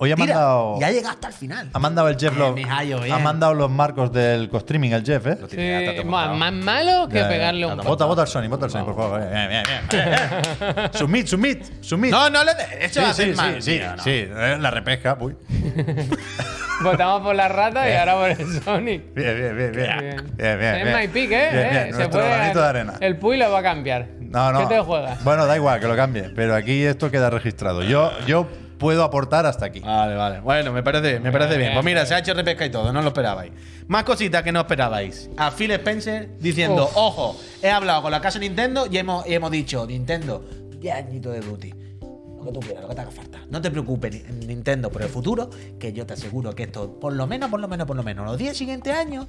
S3: Hoy ha
S1: tira,
S3: mandado,
S1: y ha llegado hasta el final.
S3: ha mandado el Jeff
S1: Bien,
S3: los,
S1: mi Jayo, bien.
S3: ha mandado los marcos del co-streaming el Jeff, ¿eh?
S2: Sí, más, más malo que
S3: Ya, ya.
S2: pegarle un
S3: Vota, vota al Sony, vota al Sony, por favor. Bien, bien, bien. Submit, submit, submit.
S1: No, no le de, eso
S3: sí,
S1: hace
S3: sí, sí,
S1: mal.
S3: sí,
S1: Tío, no.
S3: sí, eh, la repesca, uy.
S2: Votamos por la rata y
S3: Eh.
S2: ahora por el Sonic.
S3: Bien, bien, bien, bien. Bien, bien,
S2: Es
S3: bien.
S2: my pick, ¿eh?
S3: Bien, bien,
S2: Eh,
S3: Nuestro granito de arena.
S2: El Puy lo va a cambiar.
S3: No, no.
S2: ¿Qué te juegas?
S3: Bueno, da igual, que lo cambie. Pero aquí esto queda registrado. Yo, yo puedo aportar hasta aquí.
S2: Ah.
S1: Vale, vale. Bueno, me parece bien, me parece bien.
S2: bien,
S1: Pues mira, se ha hecho repesca y todo, no lo esperabais. Más cositas que no esperabais. A Phil Spencer diciendo,
S2: Uf.
S1: ojo, he hablado con la casa Nintendo y hemos, y hemos dicho, Nintendo, 10 añitos de duty. Lo que tú quieras, lo que te haga falta. No te preocupes, Ni- Nintendo, por el futuro, que yo te aseguro que esto, por lo menos, por lo menos, por lo menos, los 10 siguientes años,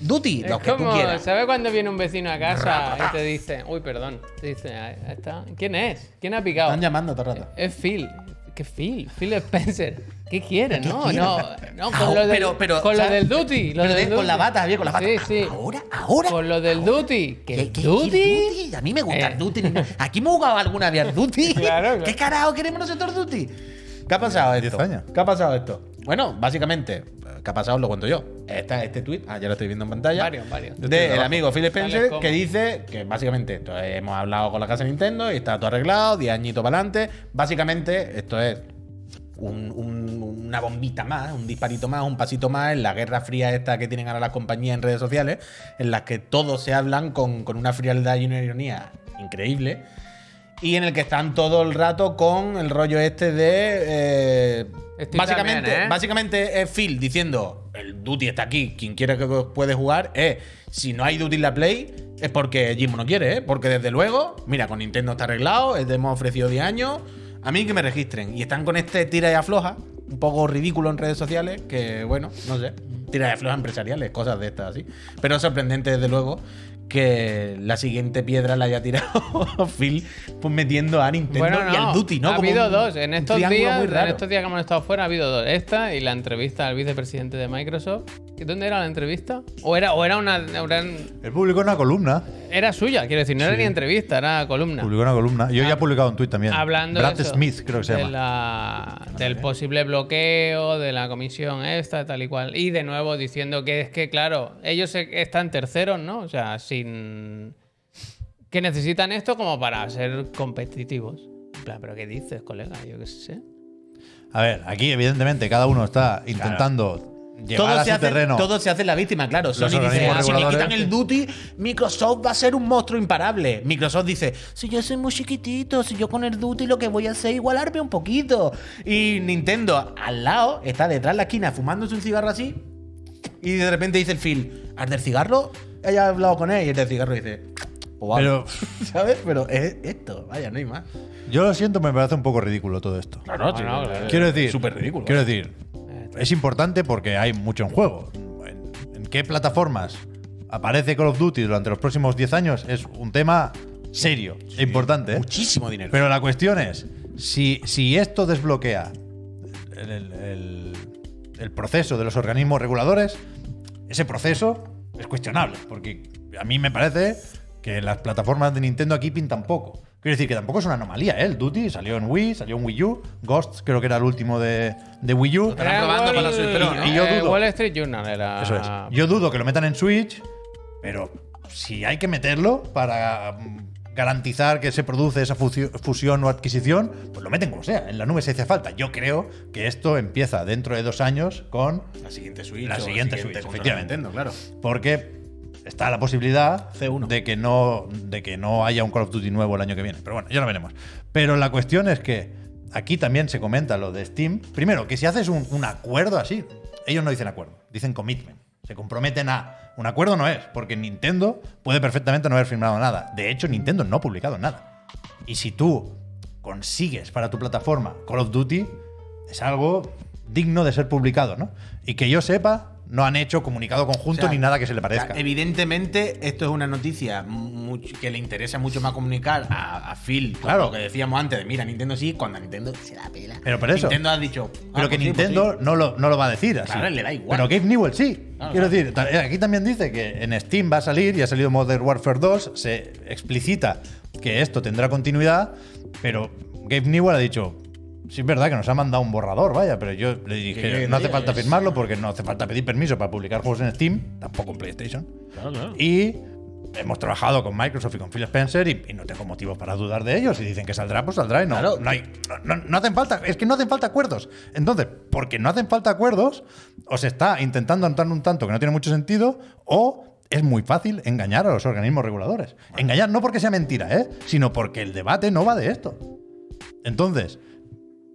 S1: duty,
S2: Es
S1: los que tú
S2: como,
S1: quieras.
S2: ¿sabes cuando viene un vecino a casa y te dice, uy, perdón, te dice, "Ah, ahí está. ¿quién es? ¿Quién ha picado?
S1: Están llamando todo el rato.
S2: Es Phil. ¿Qué Phil? Phil Spencer. ¿Qué quiere? No,
S1: quiere?
S2: no, no, con
S1: Au,
S2: lo del,
S1: pero- pero,
S2: con lo
S1: ¿sabes?
S2: del duty. lo
S1: Pero
S2: del
S1: de- con la
S2: duty.
S1: bata, Javier, con la bata.
S2: Sí, sí.
S1: Ahora, ahora.
S2: Con lo del duty. ¿Qué,
S1: ¿Qué, qué- qué
S2: duty?
S1: duty? A mí me gusta
S2: Eh.
S1: el duty. Aquí hemos jugado alguna vez al duty.
S2: Claro, claro.
S1: ¿Qué carajo queremos nosotros duty? ¿Qué ha pasado esto?
S3: Diez años.
S1: ¿Qué ha pasado esto? Bueno, básicamente, eh, ¿qué ha pasado? Lo cuento yo. Está este tweet, ah, ya lo estoy viendo en pantalla.
S2: Varios, varios.
S1: Del
S2: Yo
S1: el amigo Phil Spencer,
S2: Sales como.
S1: que dice que básicamente esto, eh, hemos hablado con la casa de Nintendo y está todo arreglado, 10 añitos para adelante. Básicamente, esto es un- un- una bombita más, un disparito más, un pasito más en la guerra fría esta que tienen ahora las compañías en redes sociales, en las que todos se hablan con, con una frialdad y una ironía increíble. Y en el que están todo el rato con el rollo este de. eh,
S2: Estoy
S1: básicamente,
S2: también, ¿eh?
S1: básicamente es Phil diciendo: el Duty está aquí, quien quiera que puede jugar. Eh, si no hay Duty en la Play, es porque Jimbo no quiere, ¿eh? Porque desde luego, mira, con Nintendo está arreglado, eh, hemos ofrecido 10 años. A mí que me registren. Y están con este tira y afloja, un poco ridículo en redes sociales, que bueno, no sé, tira y afloja empresariales, cosas de estas así. Pero sorprendente, desde luego, que la siguiente piedra la haya tirado Phil, pues metiendo a Nintendo
S2: Bueno, no,
S1: y al Duty, ¿no?
S2: Ha
S1: Como
S2: habido
S1: un
S2: dos. En estos,
S1: triángulo
S2: días,
S1: muy
S2: en
S1: raro.
S2: estos días que hemos estado fuera ha habido dos. Esta y la entrevista al vicepresidente de Microsoft. ¿Y ¿Dónde era la entrevista? ¿O era, o era una... Era,
S3: Él publicó una columna.
S2: era suya, quiero decir. No era ni entrevista, era columna.
S3: Publicó una columna. Yo ya he publicado un tuit también.
S2: Ah, Hablando
S3: Brad
S2: de eso,
S3: Smith, creo que se
S2: de
S3: llama.
S2: la- del posible bloqueo, de la comisión esta, tal y cual. Y de nuevo diciendo que es que, claro, ellos se- están terceros, ¿no? O sea, sin. que necesitan esto como para ser competitivos. En plan, ¿pero qué dices, colega? Yo qué sé.
S3: A ver, aquí evidentemente cada uno está intentando llegar
S1: Todo
S3: a
S1: se,
S3: su
S1: hace,
S3: terreno.
S1: todo se hace la víctima, claro. Sony dice,
S3: organismos
S1: "Ah, si me
S3: reguladores".
S1: quitan el duty, Microsoft va a ser un monstruo imparable. Microsoft dice, si yo soy muy chiquitito, si yo con el duty lo que voy a hacer es igualarme un poquito. Y Nintendo, al lado, está detrás de la esquina fumándose un cigarro así. Y de repente dice el Phil, ¿al del cigarro? Ella ha hablado con él y el del cigarro dice, "Pues vale".
S3: Pero-
S1: ¿sabes? Pero es esto, vaya, no hay más.
S3: Yo lo siento, me parece un poco ridículo todo esto.
S1: Claro,
S2: tío, claro.
S3: Quiero decir,
S1: Súper ridículo.
S3: Quiero decir,
S2: Eh,
S3: es importante porque hay mucho en juego. ¿En, en qué plataformas aparece Call of Duty durante los próximos 10 años? Es un tema serio e importante. ¿eh?
S1: Muchísimo dinero.
S3: Pero la cuestión es, si, si esto desbloquea el, el- el- el proceso de los organismos reguladores, ese proceso es cuestionable, porque a mí me parece que las plataformas de Nintendo aquí pintan poco. Quiero decir que tampoco es una anomalía, ¿eh? El Duty salió en Wii, salió en Wii U, Ghosts creo que era el último de, de Wii U.
S1: Estarán probando para la Switch Pro, ¿no?
S3: Y yo
S2: eh,
S3: dudo.
S2: Wall Street Journal era.
S3: Eso es. Yo dudo que lo metan en Switch, pero si hay que meterlo para mm, garantizar que se produce esa fusi- fusión o adquisición, pues lo meten como sea, en la nube si hace falta. Yo creo que esto empieza dentro de dos años con...
S1: la siguiente Switch.
S3: La
S1: o el
S3: siguiente Switch,
S1: consola
S3: efectivamente.
S1: Nintendo, claro.
S3: Porque está la posibilidad
S1: C1.
S3: de que no de que no haya un Call of Duty nuevo el año que viene. Pero bueno, ya lo veremos. Pero la cuestión es que aquí también se comenta lo de Steam. Primero, que si haces un, un acuerdo así, ellos no dicen acuerdo, dicen commitment. Se comprometen a. Un acuerdo no es, porque Nintendo puede perfectamente no haber firmado nada. De hecho, Nintendo no ha publicado nada. Y si tú consigues para tu plataforma Call of Duty, es algo digno de ser publicado, ¿no? Y que yo sepa, no han hecho comunicado conjunto
S1: O sea,
S3: ni nada que se le
S1: O sea,
S3: parezca.
S1: evidentemente, esto es una noticia mucho- que le interesa mucho más comunicar a, a Phil. con
S3: Claro.
S1: Lo que decíamos antes de, mira, Nintendo sí, cuando a Nintendo se la pela.
S3: Pero por eso.
S1: Nintendo ha dicho. ah,
S3: Pero que
S1: pues sí, pues
S3: Nintendo
S1: sí.
S3: no, lo, no lo va a decir así.
S1: Claro, le da igual.
S3: Pero Gabe Newell sí.
S1: Claro, claro.
S3: Quiero decir, ta- eh, aquí también dice que en Steam va a salir y ha salido Modern Warfare 2. Se explicita que esto tendrá continuidad, pero Gabe Newell ha dicho. Sí, es verdad que nos ha mandado un borrador, vaya, pero yo le
S1: Que yo
S3: dije,
S1: que
S3: no hace
S1: diga,
S3: falta
S1: es-
S3: firmarlo porque no hace falta pedir permiso para publicar juegos en Steam, tampoco en PlayStation. Y hemos trabajado con Microsoft y con Phil Spencer y, y no tengo motivos para dudar de ellos. Si dicen que saldrá, pues saldrá y no.
S1: Claro.
S3: No, hay- no- no- no hacen falta, es que no hacen falta acuerdos. Entonces, porque no hacen falta acuerdos, o se está intentando entrar un tanto que no tiene mucho sentido, o es muy fácil engañar a los organismos reguladores. Engañar no porque sea mentira, ¿eh? sino porque el debate no va de esto. Entonces,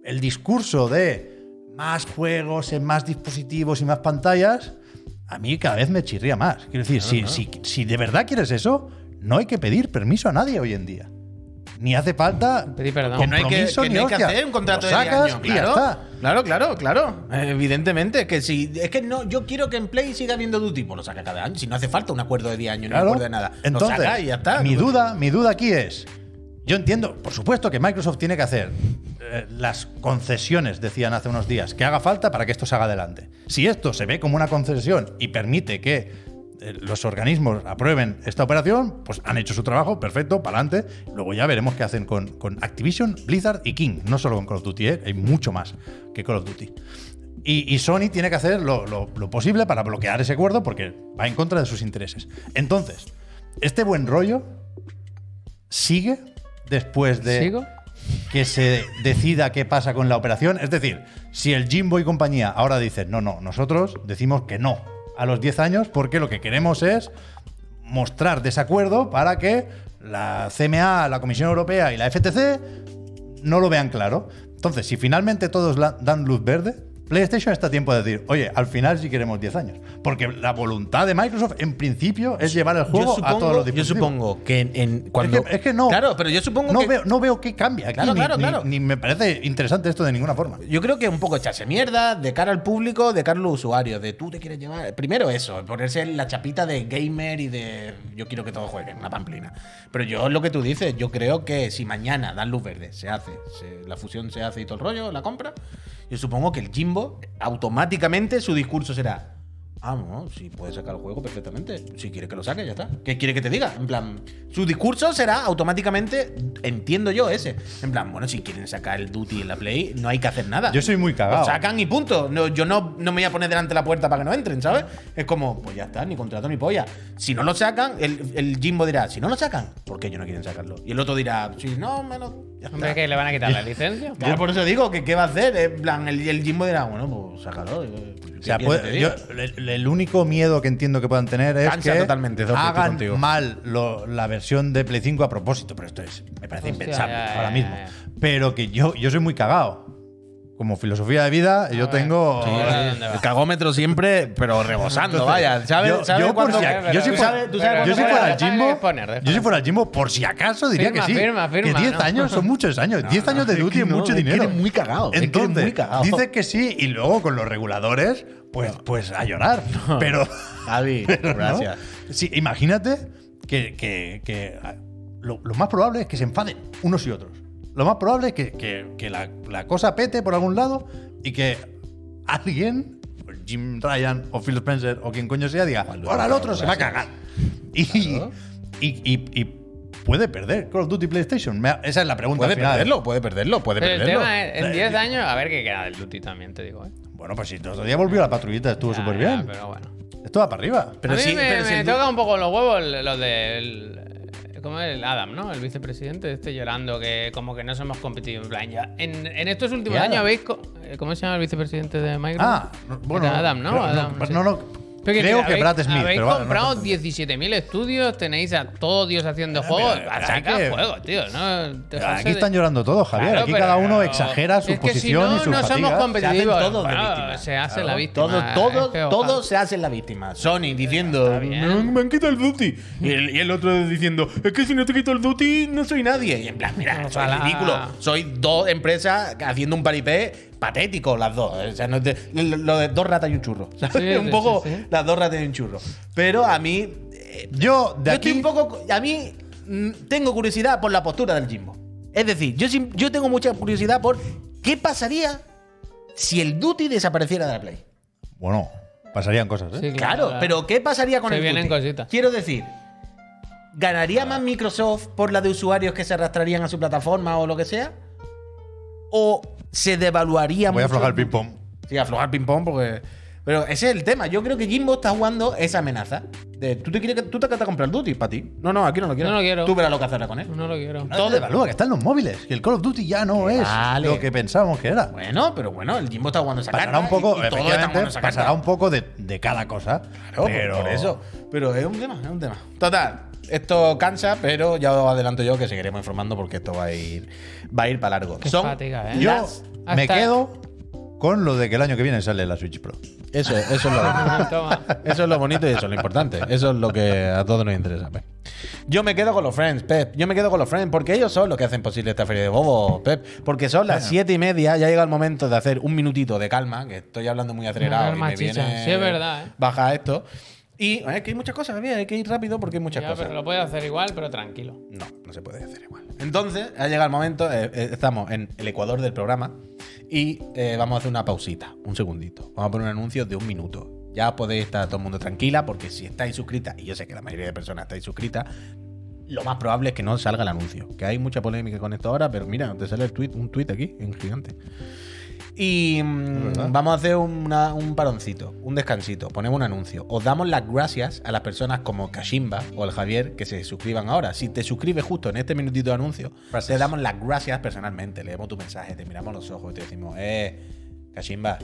S3: el discurso de más juegos en más dispositivos y más pantallas, a mí cada vez me chirría más. Quiero decir, si, si- si de verdad quieres eso, no hay que pedir permiso a nadie hoy en día. Ni hace falta
S2: Pedir perdón.
S1: Que no hay que,
S3: compromiso
S1: que
S3: ni
S1: no hay que
S3: hostia.
S1: hacer un contrato
S3: Lo
S1: de 10
S3: sacas
S1: años.
S3: y ya
S1: Claro,
S3: está.
S1: claro, claro, claro. Eh, Evidentemente, que si. Es que no, yo quiero que en Play siga viendo Duty. Pues lo saca cada año. Si no hace falta un acuerdo de 10 años,
S3: Claro.
S1: no acuerdo de nada.
S3: Entonces,
S1: lo saca y ya está.
S3: Mi duda, mi duda aquí es. Yo entiendo, por supuesto, que Microsoft tiene que hacer eh, las concesiones, decían hace unos días, que haga falta para que esto se haga adelante. Si esto se ve como una concesión y permite que eh, los organismos aprueben esta operación, pues han hecho su trabajo, perfecto, para adelante. Luego ya veremos qué hacen con, con Activision, Blizzard y King. No solo con Call of Duty, ¿eh? hay mucho más que Call of Duty. Y, y Sony tiene que hacer lo, lo- lo posible para bloquear ese acuerdo porque va en contra de sus intereses. Entonces, este buen rollo sigue después de
S2: ¿Sigo?
S3: que se decida qué pasa con la operación. Es decir, si el Jimbo y compañía ahora dicen, no, no, nosotros decimos que no a los 10 años porque lo que queremos es mostrar desacuerdo para que la CMA, la Comisión Europea y la FTC no lo vean claro. Entonces, si finalmente todos la- dan luz verde, PlayStation está a tiempo de decir, oye, al final sí queremos 10 años. Porque la voluntad de Microsoft, en principio, es llevar el juego
S1: yo supongo,
S3: a todos los
S1: yo
S3: dispositivos.
S1: supongo que en, en- cuando.
S3: Es que, es que no.
S1: Claro, pero yo supongo
S3: no
S1: que.
S3: Veo, no veo qué cambia. aquí,
S1: Claro,
S3: ni-
S1: claro,
S3: ni,
S1: claro.
S3: ni me parece interesante esto de ninguna forma.
S1: Yo creo que un poco echarse mierda de cara al público, de cara a los usuarios, de tú te quieres llevar. Primero eso, ponerse la chapita de gamer y de yo quiero que todos jueguen, una pamplina. Pero yo lo que tú dices, yo creo que si mañana dan luz verde, se hace, se- la fusión se hace y todo el rollo, la compra, yo supongo que el Jimbo automáticamente su discurso será. Ah, no, sí, puede sacar el juego perfectamente. Si quiere que lo saque, ya está. ¿Qué quiere que te diga? En plan, su discurso será automáticamente, entiendo yo, ese. En plan, bueno, si quieren sacar el Duty en la Play, no hay que hacer nada.
S3: Yo soy muy cagao.
S1: Lo sacan y punto. No, yo no, no me voy a poner delante de la puerta para que no entren, ¿sabes? Es como, pues ya está, ni contrato ni polla. Si no lo sacan, el, el Jimbo dirá, si no lo sacan, ¿por qué ellos no quieren sacarlo? Y el otro dirá, si no, menos. Ya está.
S2: Hombre, que le van a quitar la licencia.
S1: Claro, por eso digo, que ¿qué va a hacer? Eh, En plan, el, el Jimbo dirá, bueno, pues sácalo. ¿qué
S3: O sea,
S1: quieres
S3: puede-
S1: que te diga?
S3: yo- el, el único miedo que entiendo que puedan tener es
S1: Cansa
S3: que
S1: totalmente, Zorro, estoy
S3: hagan
S1: contigo.
S3: mal lo- la versión de Play 5 a propósito, pero esto es, me parece
S2: Hostia,
S3: impensable
S2: ya, ya,
S3: ahora
S2: ya,
S3: mismo.
S2: ya.
S3: Pero que yo, yo soy muy cagao. Como filosofía de vida, yo
S2: ver.
S3: tengo...
S2: Sí, ahora dónde va.
S1: El cagómetro siempre, pero rebosando, vaya. ¿Sabes?
S3: Yo-
S1: ¿sabes
S3: yo
S1: cuándo-
S3: por si ac- yo si
S1: ¿Tú
S3: fuera-
S1: sabes- tú sabes cuándo-
S3: Yo si
S2: Pero
S3: fuera el
S2: deja de
S3: Jimbo,
S2: exponer, deja
S3: yo si
S2: de
S3: fuera el Jimbo, por si acaso diría
S2: Firma,
S3: que sí.
S2: firma, firma,
S3: que 10
S2: no.
S3: años son muchos años. 10 años de
S1: es que
S3: duty es
S1: no,
S3: mucho
S1: es que
S3: dinero.
S1: eres muy cagao, es que eres
S3: Entonces,
S1: muy cagao.
S3: dice que sí y luego con los reguladores, pues, pues a llorar. Pero,
S1: Javi,
S3: pero no.
S1: gracias.
S3: Sí, imagínate que, que- que, ah, lo, lo más probable es que se enfaden unos y otros. Lo más probable es que, que- que la, la cosa pete por algún lado y que alguien, Jim Ryan o Phil Spencer o quien coño sea, diga,
S1: Luego,
S3: ahora el otro
S1: claro,
S3: se va a
S1: gracias.
S3: cagar. Y, y, y- y puede perder Call of Duty PlayStation. Me ha- esa es la pregunta
S1: Puede
S3: final.
S1: perderlo, puede perderlo, puede
S2: Pero el
S1: perderlo.
S2: tema es,
S3: Eh,
S2: en 10 años, a ver qué queda del Duty también, te digo. ¿eh?
S3: Bueno, pues si el otro día volvió la patrullita, estuvo
S2: Ya,
S3: súper
S2: ya,
S3: bien.
S2: Pero bueno.
S3: Esto va para arriba.
S1: Pero
S2: a mí
S1: sí,
S2: me,
S1: pero
S2: me
S1: sí, el-
S2: toca un poco los huevos lo del. ¿Cómo es? El Adam, ¿no? El vicepresidente este llorando que como que no somos competitivos. En plan, ya. En, en estos últimos
S3: ¿Qué
S2: años
S3: Adam?
S2: habéis. co- eh, ¿cómo se llama el vicepresidente de Microsoft?
S3: Ah, no, bueno.
S2: Era Adam, ¿no?
S3: creo-
S2: Adam,
S3: no,
S2: sí.
S3: no, no,
S2: Pero
S3: creo que
S2: habéis-
S3: Brad Smith.
S2: Habéis
S3: pero vale, no
S2: comprado
S3: recuerdo.
S2: 17.000 estudios, tenéis a todo Dios
S3: Ah,
S2: haciendo juegos.
S3: pero hay
S2: A sacar
S3: que-
S2: juegos, tío. No, Te jose
S3: Aquí
S2: de-
S3: están llorando todos, Javier.
S2: ¿eh? Claro,
S3: Aquí
S2: pero-
S3: cada uno exagera su
S2: es que
S3: posición
S2: si no,
S3: y sus
S2: no somos
S3: fatigas.
S1: Se hacen
S2: competitivos.
S1: todos de
S2: eh. Claro,
S1: víctimas.
S2: Se hace
S1: Claro.
S2: la víctima. eh,
S1: Todo,
S2: es que
S1: todo,
S2: ojalá.
S1: todo se hace la víctima. Sony diciendo,
S2: bien.
S1: "Me han- me han quitado el duty. Y el, y el otro diciendo, es que si no te quito el duty, no soy nadie. Y en plan, mira, soy
S2: Ojalá.
S1: ridículo. Soy dos empresas haciendo un paripé patético, las dos. O sea, no es de- lo lo de dos ratas y un churro. ¿sabes?
S2: Sí,
S1: un
S2: sí,
S1: poco
S2: sí, sí.
S1: las dos ratas y un churro. Pero a mí. eh,
S3: Yo, de
S1: yo
S3: aquí.
S1: estoy un poco. A mí mm, tengo curiosidad por la postura del Jimbo. Es decir, yo, sim- yo tengo mucha curiosidad por qué pasaría si el Duty desapareciera de la Play.
S3: Bueno, pasarían cosas, ¿eh?
S2: Sí,
S1: Claro, pero ¿qué pasaría con
S2: Se
S1: el
S2: vienen
S1: Duty?
S2: cositas.
S1: Quiero decir, ¿ganaría más Microsoft por la de usuarios que se arrastrarían a su plataforma o lo que sea? ¿O se devaluaría
S3: Voy a
S1: mucho
S3: aflojar el
S1: Duty?
S3: ping-pong.
S1: Sí, aflojar ping-pong porque. Pero ese es el tema. Yo creo que Jimbo está jugando esa amenaza. De, ¿Tú te quieres que tú te quieres comprar el Duty para ti? No, no, aquí no lo quiero.
S2: No lo quiero. Mm.
S1: Tú verás lo que hacerá con él.
S2: No lo quiero.
S3: Todo devalúa, que están los móviles. Que el Call of Duty ya no es
S1: vale.
S3: lo que pensábamos que era.
S1: Bueno, pero bueno, el Jimbo está jugando esa
S3: Pasará
S1: carta
S3: un poco,
S1: y- y todos están jugando
S3: efectivamente,
S1: esa
S3: pasará
S1: carta.
S3: un poco de, de cada cosa.
S1: Claro, por-
S3: pero
S1: por eso. Pero es un tema, es un tema. Total, esto cansa, pero ya os adelanto yo que seguiremos informando porque esto va a ir, va a ir para largo.
S2: Qué fatiga, ¿eh?
S3: Yo,
S1: las
S3: Me
S2: Hasta-
S3: quedo con lo de que el año que viene sale la Switch Pro.
S1: Eso, es- eso es lo bonito.
S2: Toma.
S1: Eso es lo bonito y eso es lo importante. Eso es lo que a todos nos interesa. Pep. Yo me quedo con los Friends, Pep. Yo me quedo con los Friends porque ellos son los que hacen posible esta feria de bobos, Pep. Porque son las siete y media, ya llega el momento de hacer un minutito de calma, que estoy hablando muy acelerado. y
S2: calma,
S1: me
S2: chicha.
S1: viene
S2: Sí, es verdad, ¿eh?
S1: Baja esto. Y es que hay muchas cosas, había hay que ir rápido porque hay muchas
S2: Ya,
S1: cosas.
S2: pero lo puedes hacer igual, pero tranquilo.
S1: No, no se puede hacer igual. Entonces, ha llegado el momento, eh, eh, estamos en el ecuador del programa y eh, vamos a hacer una pausita, un segundito. Vamos a poner un anuncio de un minuto. Ya podéis estar todo el mundo tranquila porque si estáis suscritas, y yo sé que la mayoría de personas estáis suscritas, lo más probable es que no salga el anuncio. Que hay mucha polémica con esto ahora, pero mira, te sale el tweet, un tweet aquí, en gigante. Y mm,
S3: ¿Verdad?
S1: vamos a hacer una- un paroncito, un descansito, ponemos un anuncio. Os damos las gracias a las personas como Kashimba o el Javier que se suscriban ahora. Si te suscribes justo en este minutito de anuncio,
S3: Gracias.
S1: te damos las gracias personalmente. Leemos tu mensaje, te miramos los ojos y te decimos, eh, Kashimba,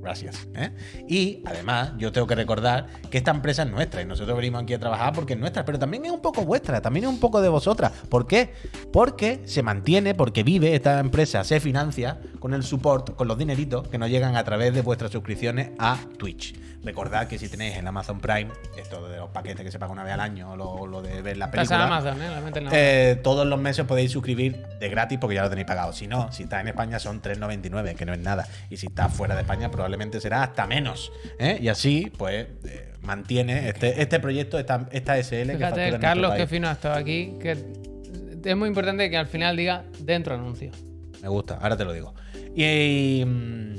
S1: Gracias. ¿eh? Y además, yo tengo que recordar que esta empresa es nuestra y nosotros venimos aquí a trabajar porque es nuestra, pero también es un poco vuestra, también es un poco de vosotras. ¿Por qué? Porque se mantiene, porque vive esta empresa, se financia con el support, con los dineritos que nos llegan a través de vuestras suscripciones a Twitch. Recordad que si tenéis en Amazon Prime, esto de los paquetes que se paga una vez al año, o lo, lo de ver la
S2: Estás en
S1: película.
S2: Amazon, ¿eh? La mente en Amazon.
S1: Eh, todos los meses podéis suscribir de gratis porque ya lo tenéis pagado. Si no, si está en España son 3,99, que no es nada. Y si está fuera de España probablemente será hasta menos. ¿eh? Y así, pues, eh, mantiene este, este proyecto, esta, esta SL que factura
S2: Fíjate,
S1: en
S2: el
S1: nuestro
S2: Carlos,
S1: país.
S2: que fino ha estado aquí. Que es muy importante que al final diga dentro anuncio.
S1: Me gusta, ahora te lo digo. Y, mm,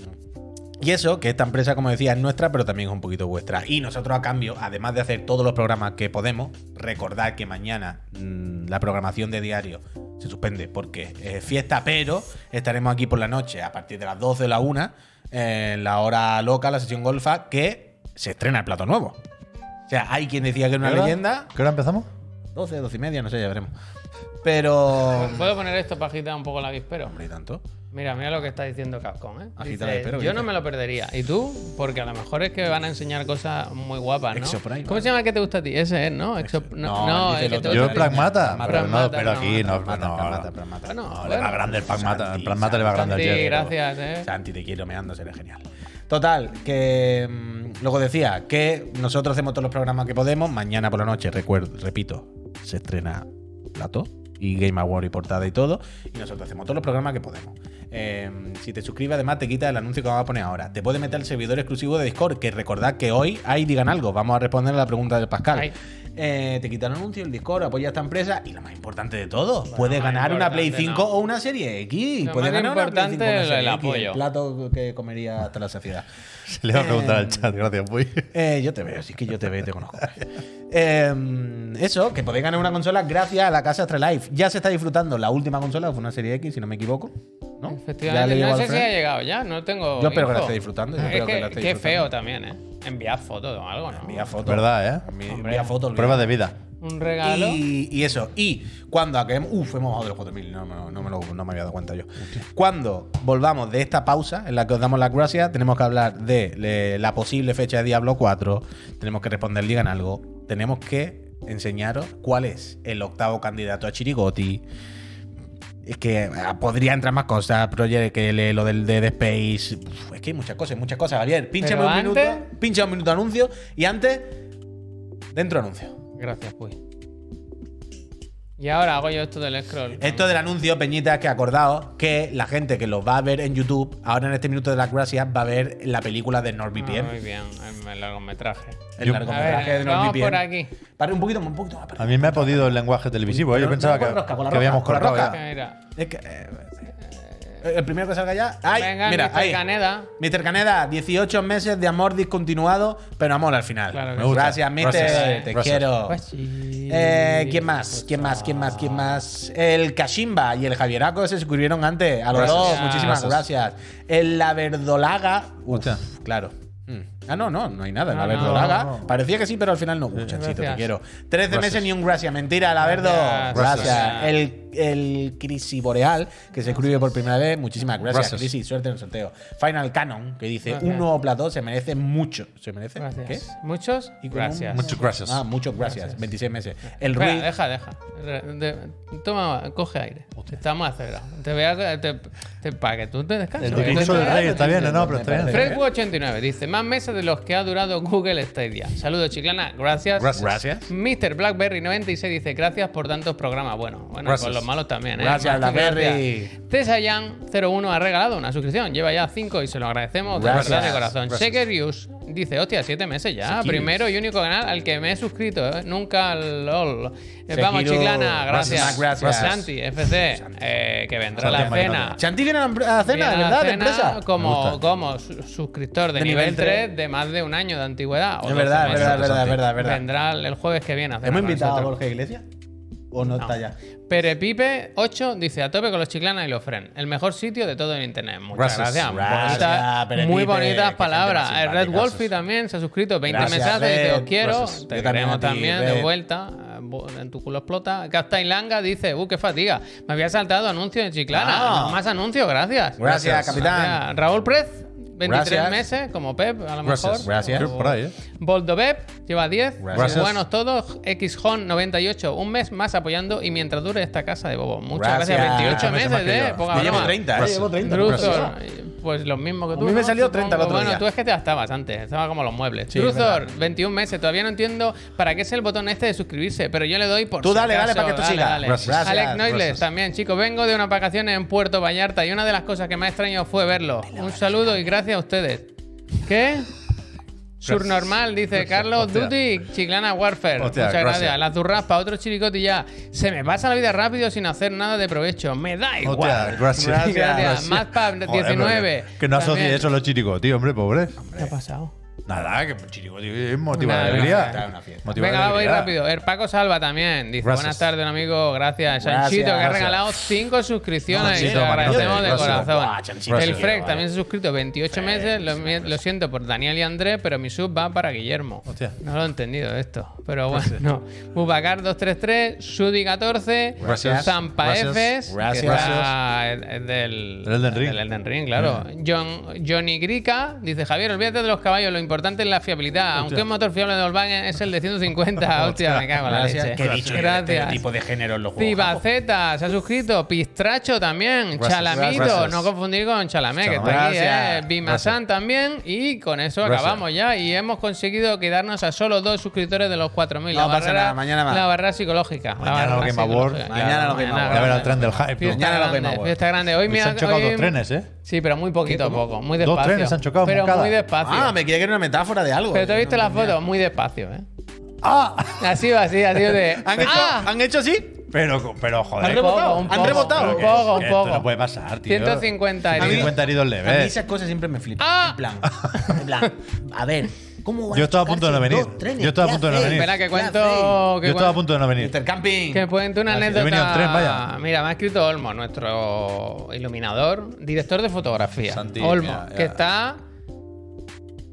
S1: y eso, que esta empresa, como decía, es nuestra, pero también es un poquito vuestra. Y nosotros, a cambio, además de hacer todos los programas que podemos, recordad que mañana mm, la programación de diario se suspende porque es fiesta, pero estaremos aquí por la noche a partir de las 12 de la 1, en la hora loca, la sesión golfa, que se estrena el plato nuevo. O sea, hay quien decía que era una
S3: ¿Qué hora?
S1: leyenda.
S3: ¿Qué hora empezamos?
S1: 12, 12 y media, no sé, ya veremos. Pero.
S2: Puedo poner esto para agitar un poco la guispero.
S1: Hombre, ¿y tanto.
S2: Mira, mira lo que está diciendo Capcom, ¿eh?
S1: Agita la
S2: Dice,
S1: guispero, ¿qué
S2: yo no
S1: dice?
S2: me lo perdería. ¿Y tú? Porque a lo mejor es que van a enseñar cosas muy guapas, ¿no?
S1: Exo Prime,
S2: ¿Cómo se llama el que te gusta a ti? Ese es, ¿no? Exo-
S1: no,
S2: No,
S1: dice
S2: el
S1: el
S2: que te
S1: otro.
S2: gusta a
S3: Yo,
S2: ti.
S3: Pragmata.
S1: Pragmata,
S3: Pero no, pero
S2: no.
S3: aquí no.
S1: Pragmata,
S3: no,
S1: pragmata,
S3: no.
S1: pragmata.
S2: Bueno,
S3: No, le
S2: bueno.
S3: va grande el Pragmata.
S1: Santi,
S3: el Pragmata le va grande al
S2: Santi,
S3: Jeff.
S2: gracias, ¿eh?
S1: Santi, te quiero meando, será genial. Total, que mm, luego decía que nosotros hacemos todos los programas que podemos. Mañana por la noche, recuerdo, repito, se estrena Plato y Game Award y portada y todo. Y nosotros hacemos todos los programas que podemos. Eh, si te suscribes, además te quita el anuncio que vamos a poner ahora. Te puede meter el servidor exclusivo de Discord, que recordad que hoy ahí digan algo. Vamos a responder a la pregunta del Pascal.
S2: Ay.
S1: Eh, te quita el anuncio, el Discord, apoya a esta empresa y lo más importante de todo, puedes
S2: más
S1: ganar una Play
S2: importante,
S1: 5
S2: no.
S1: o una Serie X.
S2: Lo
S1: puedes
S2: más
S1: ganar una Play 5 o una
S2: importante,
S1: Serie
S2: el
S1: X,
S2: apoyo.
S1: plato que comería hasta la saciedad.
S3: Se le va a preguntar al chat. Gracias, Puy.
S1: Eh, yo te veo, sí que yo te veo y te conozco. Eh, eso, que podéis ganar una consola gracias a la casa Astralife. Ya se está disfrutando la última consola, fue una serie X, si no me equivoco. ¿no? Ya le
S2: Efectivamente,
S1: llegó
S2: no
S1: al
S2: sé si
S1: Fran.
S2: ha llegado ya, no tengo.
S1: Yo espero que la
S2: info.
S1: esté disfrutando, yo
S2: Es
S1: espero que
S2: que-
S1: la esté
S2: Qué
S1: disfrutando.
S2: feo también, ¿eh? Enviar fotos o algo, ¿no?
S1: Envía fotos.
S3: ¿Verdad, eh?
S1: Envía,
S2: Hombre.
S1: envía fotos.
S3: Prueba
S1: olvídate.
S3: de vida.
S2: Un regalo.
S1: Y, y eso. Y cuando acabemos. Uf, hemos bajado de los 4000. No, no, no me lo- no me había dado cuenta yo. Cuando volvamos de esta pausa en la que os damos las gracias, tenemos que hablar de le- la posible fecha de Diablo 4. Tenemos que responder, digan algo. Tenemos que enseñaros cuál es el octavo candidato a Chirigoti. Es que ah, podría entrar más cosas, Project, que le- lo del Dead Space. Uf, es que hay muchas cosas, muchas cosas. Javier, pinchame
S2: Pero
S1: un minuto.
S2: antes-
S1: Pincha un minuto anuncio. Y antes, dentro anuncio.
S2: Gracias, pues. Y ahora hago yo esto del scroll.
S1: Esto del anuncio, Peñita, que acordaos que la gente que los va a ver en YouTube, ahora en este minuto de las gracias, va a ver la película de NordVPN.
S2: Ah, muy bien, el- el largometraje.
S1: el
S3: Yo-
S2: A
S1: largometraje
S2: ver,
S1: de
S2: vamos
S1: NordVPN.
S2: por aquí.
S1: Para un poquito más, un poquito más. para-
S3: A mí me ha podido el lenguaje televisivo. ¿eh? Yo
S1: Pero
S3: pensaba
S1: no, con
S3: que,
S1: la rosca, con la
S3: que habíamos
S1: rosca, con la
S3: cortado
S1: rosca.
S3: ya.
S2: Mira.
S1: Es que, eh, el primero que salga ya. ¡Ay!
S2: Venga,
S1: mira,
S2: Mr.
S1: ahí.
S2: Caneda.
S1: Mr. Caneda, 18 meses de amor discontinuado, pero amor al final.
S2: Claro que
S1: Me
S2: sí.
S1: gusta. Gracias, Mr.
S3: Gracias.
S1: Te
S3: Gracias.
S1: quiero.
S2: Pues sí.
S1: Oh. Eh, ¿Quién más? ¿Quién más? ¿Quién más? ¿Quién más? El Kashimba y el Javieraco se suscribieron antes. A los
S3: Gracias.
S1: dos, muchísimas gracias.
S3: Gracias.
S1: El La Verdolaga. Uf,
S3: Hostia.
S1: claro. Mm. Ah, no, no, no hay nada.
S2: No,
S1: la
S2: no,
S1: Verdolaga.
S3: no, no.
S1: Parecía que sí, pero al final no. Uh, chanchito, te
S2: Gracias.
S1: quiero. 13
S3: Gracias.
S1: meses ni un gracias. Mentira, La Verdo.
S2: Gracias.
S1: Gracias.
S2: Gracias.
S1: El el Crisis Boreal, que se escribe por primera vez. Muchísimas gracias,
S3: Gracias.
S1: Crisis. Suerte en el sorteo. Final Canon, que dice:
S2: Gracias.
S1: Un nuevo plató se merece mucho. ¿Se merece?
S2: Gracias.
S1: ¿Qué?
S2: ¿Muchos?
S1: Y con un-
S2: Gracias.
S3: Muchas gracias.
S1: Ah, muchos gracias. 26 meses. El
S2: Espera,
S1: Ruiz.
S2: deja, deja. Re- de- toma, coge aire.
S3: Hostia.
S2: Estamos acelerados. Te voy a- te- te- para que tú te descanses.
S3: eh. El
S2: que
S3: discurso
S2: tú-
S3: del rey está bien, no, pero está bien. está bien.
S2: Fredwood89 dice: Más meses de los que ha durado Google Stadia. Saludos, Chiclana. Gracias.
S3: Gracias.
S2: Mr. Blackberry96 dice: Gracias por tantos programas. Bueno, bueno,
S3: Gracias.
S2: por los malos también, ¿eh?
S1: Gracias,
S2: Muchas
S1: Blackberry.
S2: gracias. Tesayan01 ha regalado una suscripción. Lleva ya 5 y se lo agradecemos de
S1: Gracias.
S2: verdad de corazón.
S3: Gracias.
S2: Shakerius dice: Hostia, 7 meses ya.
S1: Shakirus.
S2: Primero y único canal al que me he suscrito. ¿eh? Nunca al LOL. Eh, Vamos,
S1: Shakirus.
S2: Chiclana. Gracias.
S1: Gracias, gracias.
S2: Santi, FC, eh, que vendrá
S3: Santi,
S2: la
S3: Madrid.
S2: cena.
S1: Chanti viene a la cena, de
S2: Viene a
S1: verdad, de
S2: cena
S1: empresa.
S3: Me
S2: Como,
S3: gusta.
S2: como su- suscriptor de,
S1: De
S2: nivel,
S1: nivel
S2: 3
S1: tres.
S2: de más de un año de antigüedad. o
S1: Es verdad, es
S2: 12
S1: verdad, es
S2: meses.
S1: verdad, es verdad, es verdad.
S2: Vendrá el jueves que viene. a cenar
S1: ¿Hemos
S2: con
S1: invitado a
S2: nosotros.
S1: Borja Iglesias? ¿O no, está ya?
S2: Perepipe 8 dice a tope con los chiclanas y los fren. El mejor sitio de todo el internet. Muchas
S3: Gracias.
S2: gracias.
S1: Gracias,
S2: Bonitas-
S1: Perepipe,
S2: muy
S1: que
S2: bonitas
S1: gente
S2: palabras.
S1: más
S2: El Red
S1: simpática.
S2: Wolfie también se ha suscrito. 20
S1: Gracias,
S2: mensajes. Dice,
S1: Red.
S2: os quiero.
S1: Gracias.
S2: Te
S1: Yo también
S2: queremos
S1: a ti,
S2: también, de
S1: Red.
S2: vuelta. Eh, bu- En tu culo explota. Captain Langa dice, uh, qué fatiga. Me había saltado anuncios de chiclana.
S1: Ah.
S2: Más anuncios, gracias.
S1: Gracias, capitán.
S2: Gracias. Raúl Prez, 23
S1: Gracias.
S2: meses, como Pep, a lo
S3: Gracias.
S2: mejor.
S1: Gracias.
S3: Creo que por ahí, ¿eh?
S2: Boldovep lleva 10.
S1: Gracias.
S2: Buenos todos. XHON98, un mes más apoyando y mientras dure esta casa de bobo. Muchas gracias. 28
S3: Muchas
S2: meses,
S3: gracias,
S2: ¿eh?
S3: querido.
S2: Poca
S1: Yo llevo
S2: broma.
S1: 30,
S3: Gracias.
S1: eh, llevo 30.
S2: Drusor,
S1: Gracias.
S2: pues lo mismo que tú.
S1: mí me
S2: ¿no?
S1: salió
S2: Supongo.
S1: 30 el otro
S2: Bueno,
S1: día.
S2: tú es que te gastabas antes, estaba como los muebles.
S1: Sí,
S2: Drusor,
S1: verdad.
S2: 21 meses, todavía no entiendo para qué es el botón este de suscribirse, pero yo le doy por
S1: Tú
S2: si
S1: dale, dale,
S2: acaso.
S1: para que tú sigas. Gracias.
S2: Alex Noiles,
S3: Gracias.
S2: también, chicos, vengo de unas vacaciones en Puerto Vallarta y una de las cosas que más extraño fue verlo. Un saludo y gracias a ustedes. ¿Qué? Surnormal, dice
S3: Gracias.
S2: Carlos
S3: Hostia.
S2: Duty, Chiclana Warfare.
S3: Hostia,
S2: Muchas gracias.
S3: gracias.
S2: Las durraspas, otro chiricote y ya. Se me pasa la vida rápido sin hacer nada de provecho. Me da igual.
S3: Hostia, gracias.
S1: Gracias.
S2: Gracias.
S3: Joder, pero que-
S2: MadPub19.
S3: Que no asocie
S2: También.
S3: eso a los chiricos, tío, hombre, pobre.
S2: ¿Qué ha pasado?
S3: Nada, que el chirico tío, es motivo de
S2: Nada,
S3: alegría.
S1: nada, una fiesta.
S3: Motivo de
S2: Venga, va, voy
S3: alegría.
S2: rápido. El Paco Salva también. Dice,
S3: Gracias.
S2: buenas tardes, un amigo. Gracias.
S1: Gracias,
S2: Chanchito, que ha
S1: gracias.
S2: regalado 5 suscripciones. y
S3: Chanchito,
S2: te lo
S3: Maricote,
S2: agradecemos de
S3: gracias.
S2: corazón.
S1: Buah, Chanchito,
S2: el
S3: tío,
S2: Freck
S1: vale.
S2: también se ha suscrito 28 meses. Lo, mi- lo siento por Daniel y Andrés, pero mi sub va para Guillermo.
S3: Hostia.
S2: No lo he entendido esto. Pero bueno, no. Bubacar 233, Sudi 14,
S3: Gracias.
S2: Zampa
S3: Gracias.
S2: Efes, que
S1: Gracias.
S2: está- es Ah, del,
S3: Del Elden Ring.
S2: del Elden Ring, claro. John, Johnny Grica dice, Javier, olvídate de los caballos, lo importante es la fiabilidad. Aunque un motor fiable de Volkswagen es el de 150. Hostia, me cago en la
S1: Gracias.
S2: leche.
S1: Que he dicho yo,
S2: Gracias.
S1: estereotipo de género en los juegos.
S2: Cibaceta se ha suscrito, Pistracho también,
S3: Gracias.
S2: Chalamito,
S3: Gracias.
S2: no confundir con Chalamé, que está aquí,
S1: Gracias.
S2: eh, Bimasan también, y con eso
S3: Gracias.
S2: acabamos ya, y hemos conseguido quedarnos a solo dos suscriptores de los 4.000.
S1: No
S2: la
S1: pasa
S2: barrera,
S1: nada, mañana más.
S2: La barrera psicológica.
S3: Mañana
S2: la
S3: los
S2: barrera
S3: Game Awards.
S2: psicológica,
S1: Mañana
S2: claro,
S1: los Game
S2: mañana
S1: Awards.
S3: Ya verá
S2: grande.
S3: el tren del hype. tú.
S2: Fiesta
S1: Mañana los Game
S2: grande,
S1: Awards.
S2: fiesta grande. Hoy
S3: Que
S2: me
S3: pues. se
S2: ha-
S3: han chocado
S2: hoy-
S3: dos trenes, ¿eh?
S2: Sí, pero muy poquito a poco, muy
S3: Dos
S2: despacio.
S3: trenes se han chocado en
S2: Pero
S3: Moncada.
S2: muy despacio.
S1: Ah, me quería que era una metáfora de algo.
S2: Pero te he
S1: Yo
S2: visto
S1: no
S2: las
S1: entendía.
S2: fotos, muy despacio, ¿eh?
S3: ¡Ah!
S2: Así va, así, así de.
S1: ¿Han hecho,
S2: ¡Ah!
S1: ¿Han hecho así?
S3: Pero, pero joder.
S1: ¿Han rebotado?
S2: Un
S1: ¿Han
S2: poco,
S1: rebotado?
S2: Un
S1: ¿Qué
S2: poco, un
S3: Esto
S2: poco.
S3: no puede pasar, tío.
S2: 150
S1: A mí-
S2: heridos.
S3: 50 heridos
S1: A mí
S3: leves.
S1: esas cosas siempre me flipan.
S2: ¡Ah!
S1: En plan, en plan, a ver, ¿cómo va
S3: Yo estaba a punto de no venir. Yo estaba a punto de no venir.
S2: Espera, que cuento. Que Este-
S3: Yo estaba a
S2: cuen-
S3: punto de no venir.
S1: Intercamping.
S2: Que cuento una
S3: Gracias.
S2: anécdota.
S3: He venido en tren, vaya.
S2: Mira, me ha escrito Olmo, nuestro iluminador, director de fotografía.
S3: Santi,
S2: Olmo,
S3: mira, ya.
S2: que está.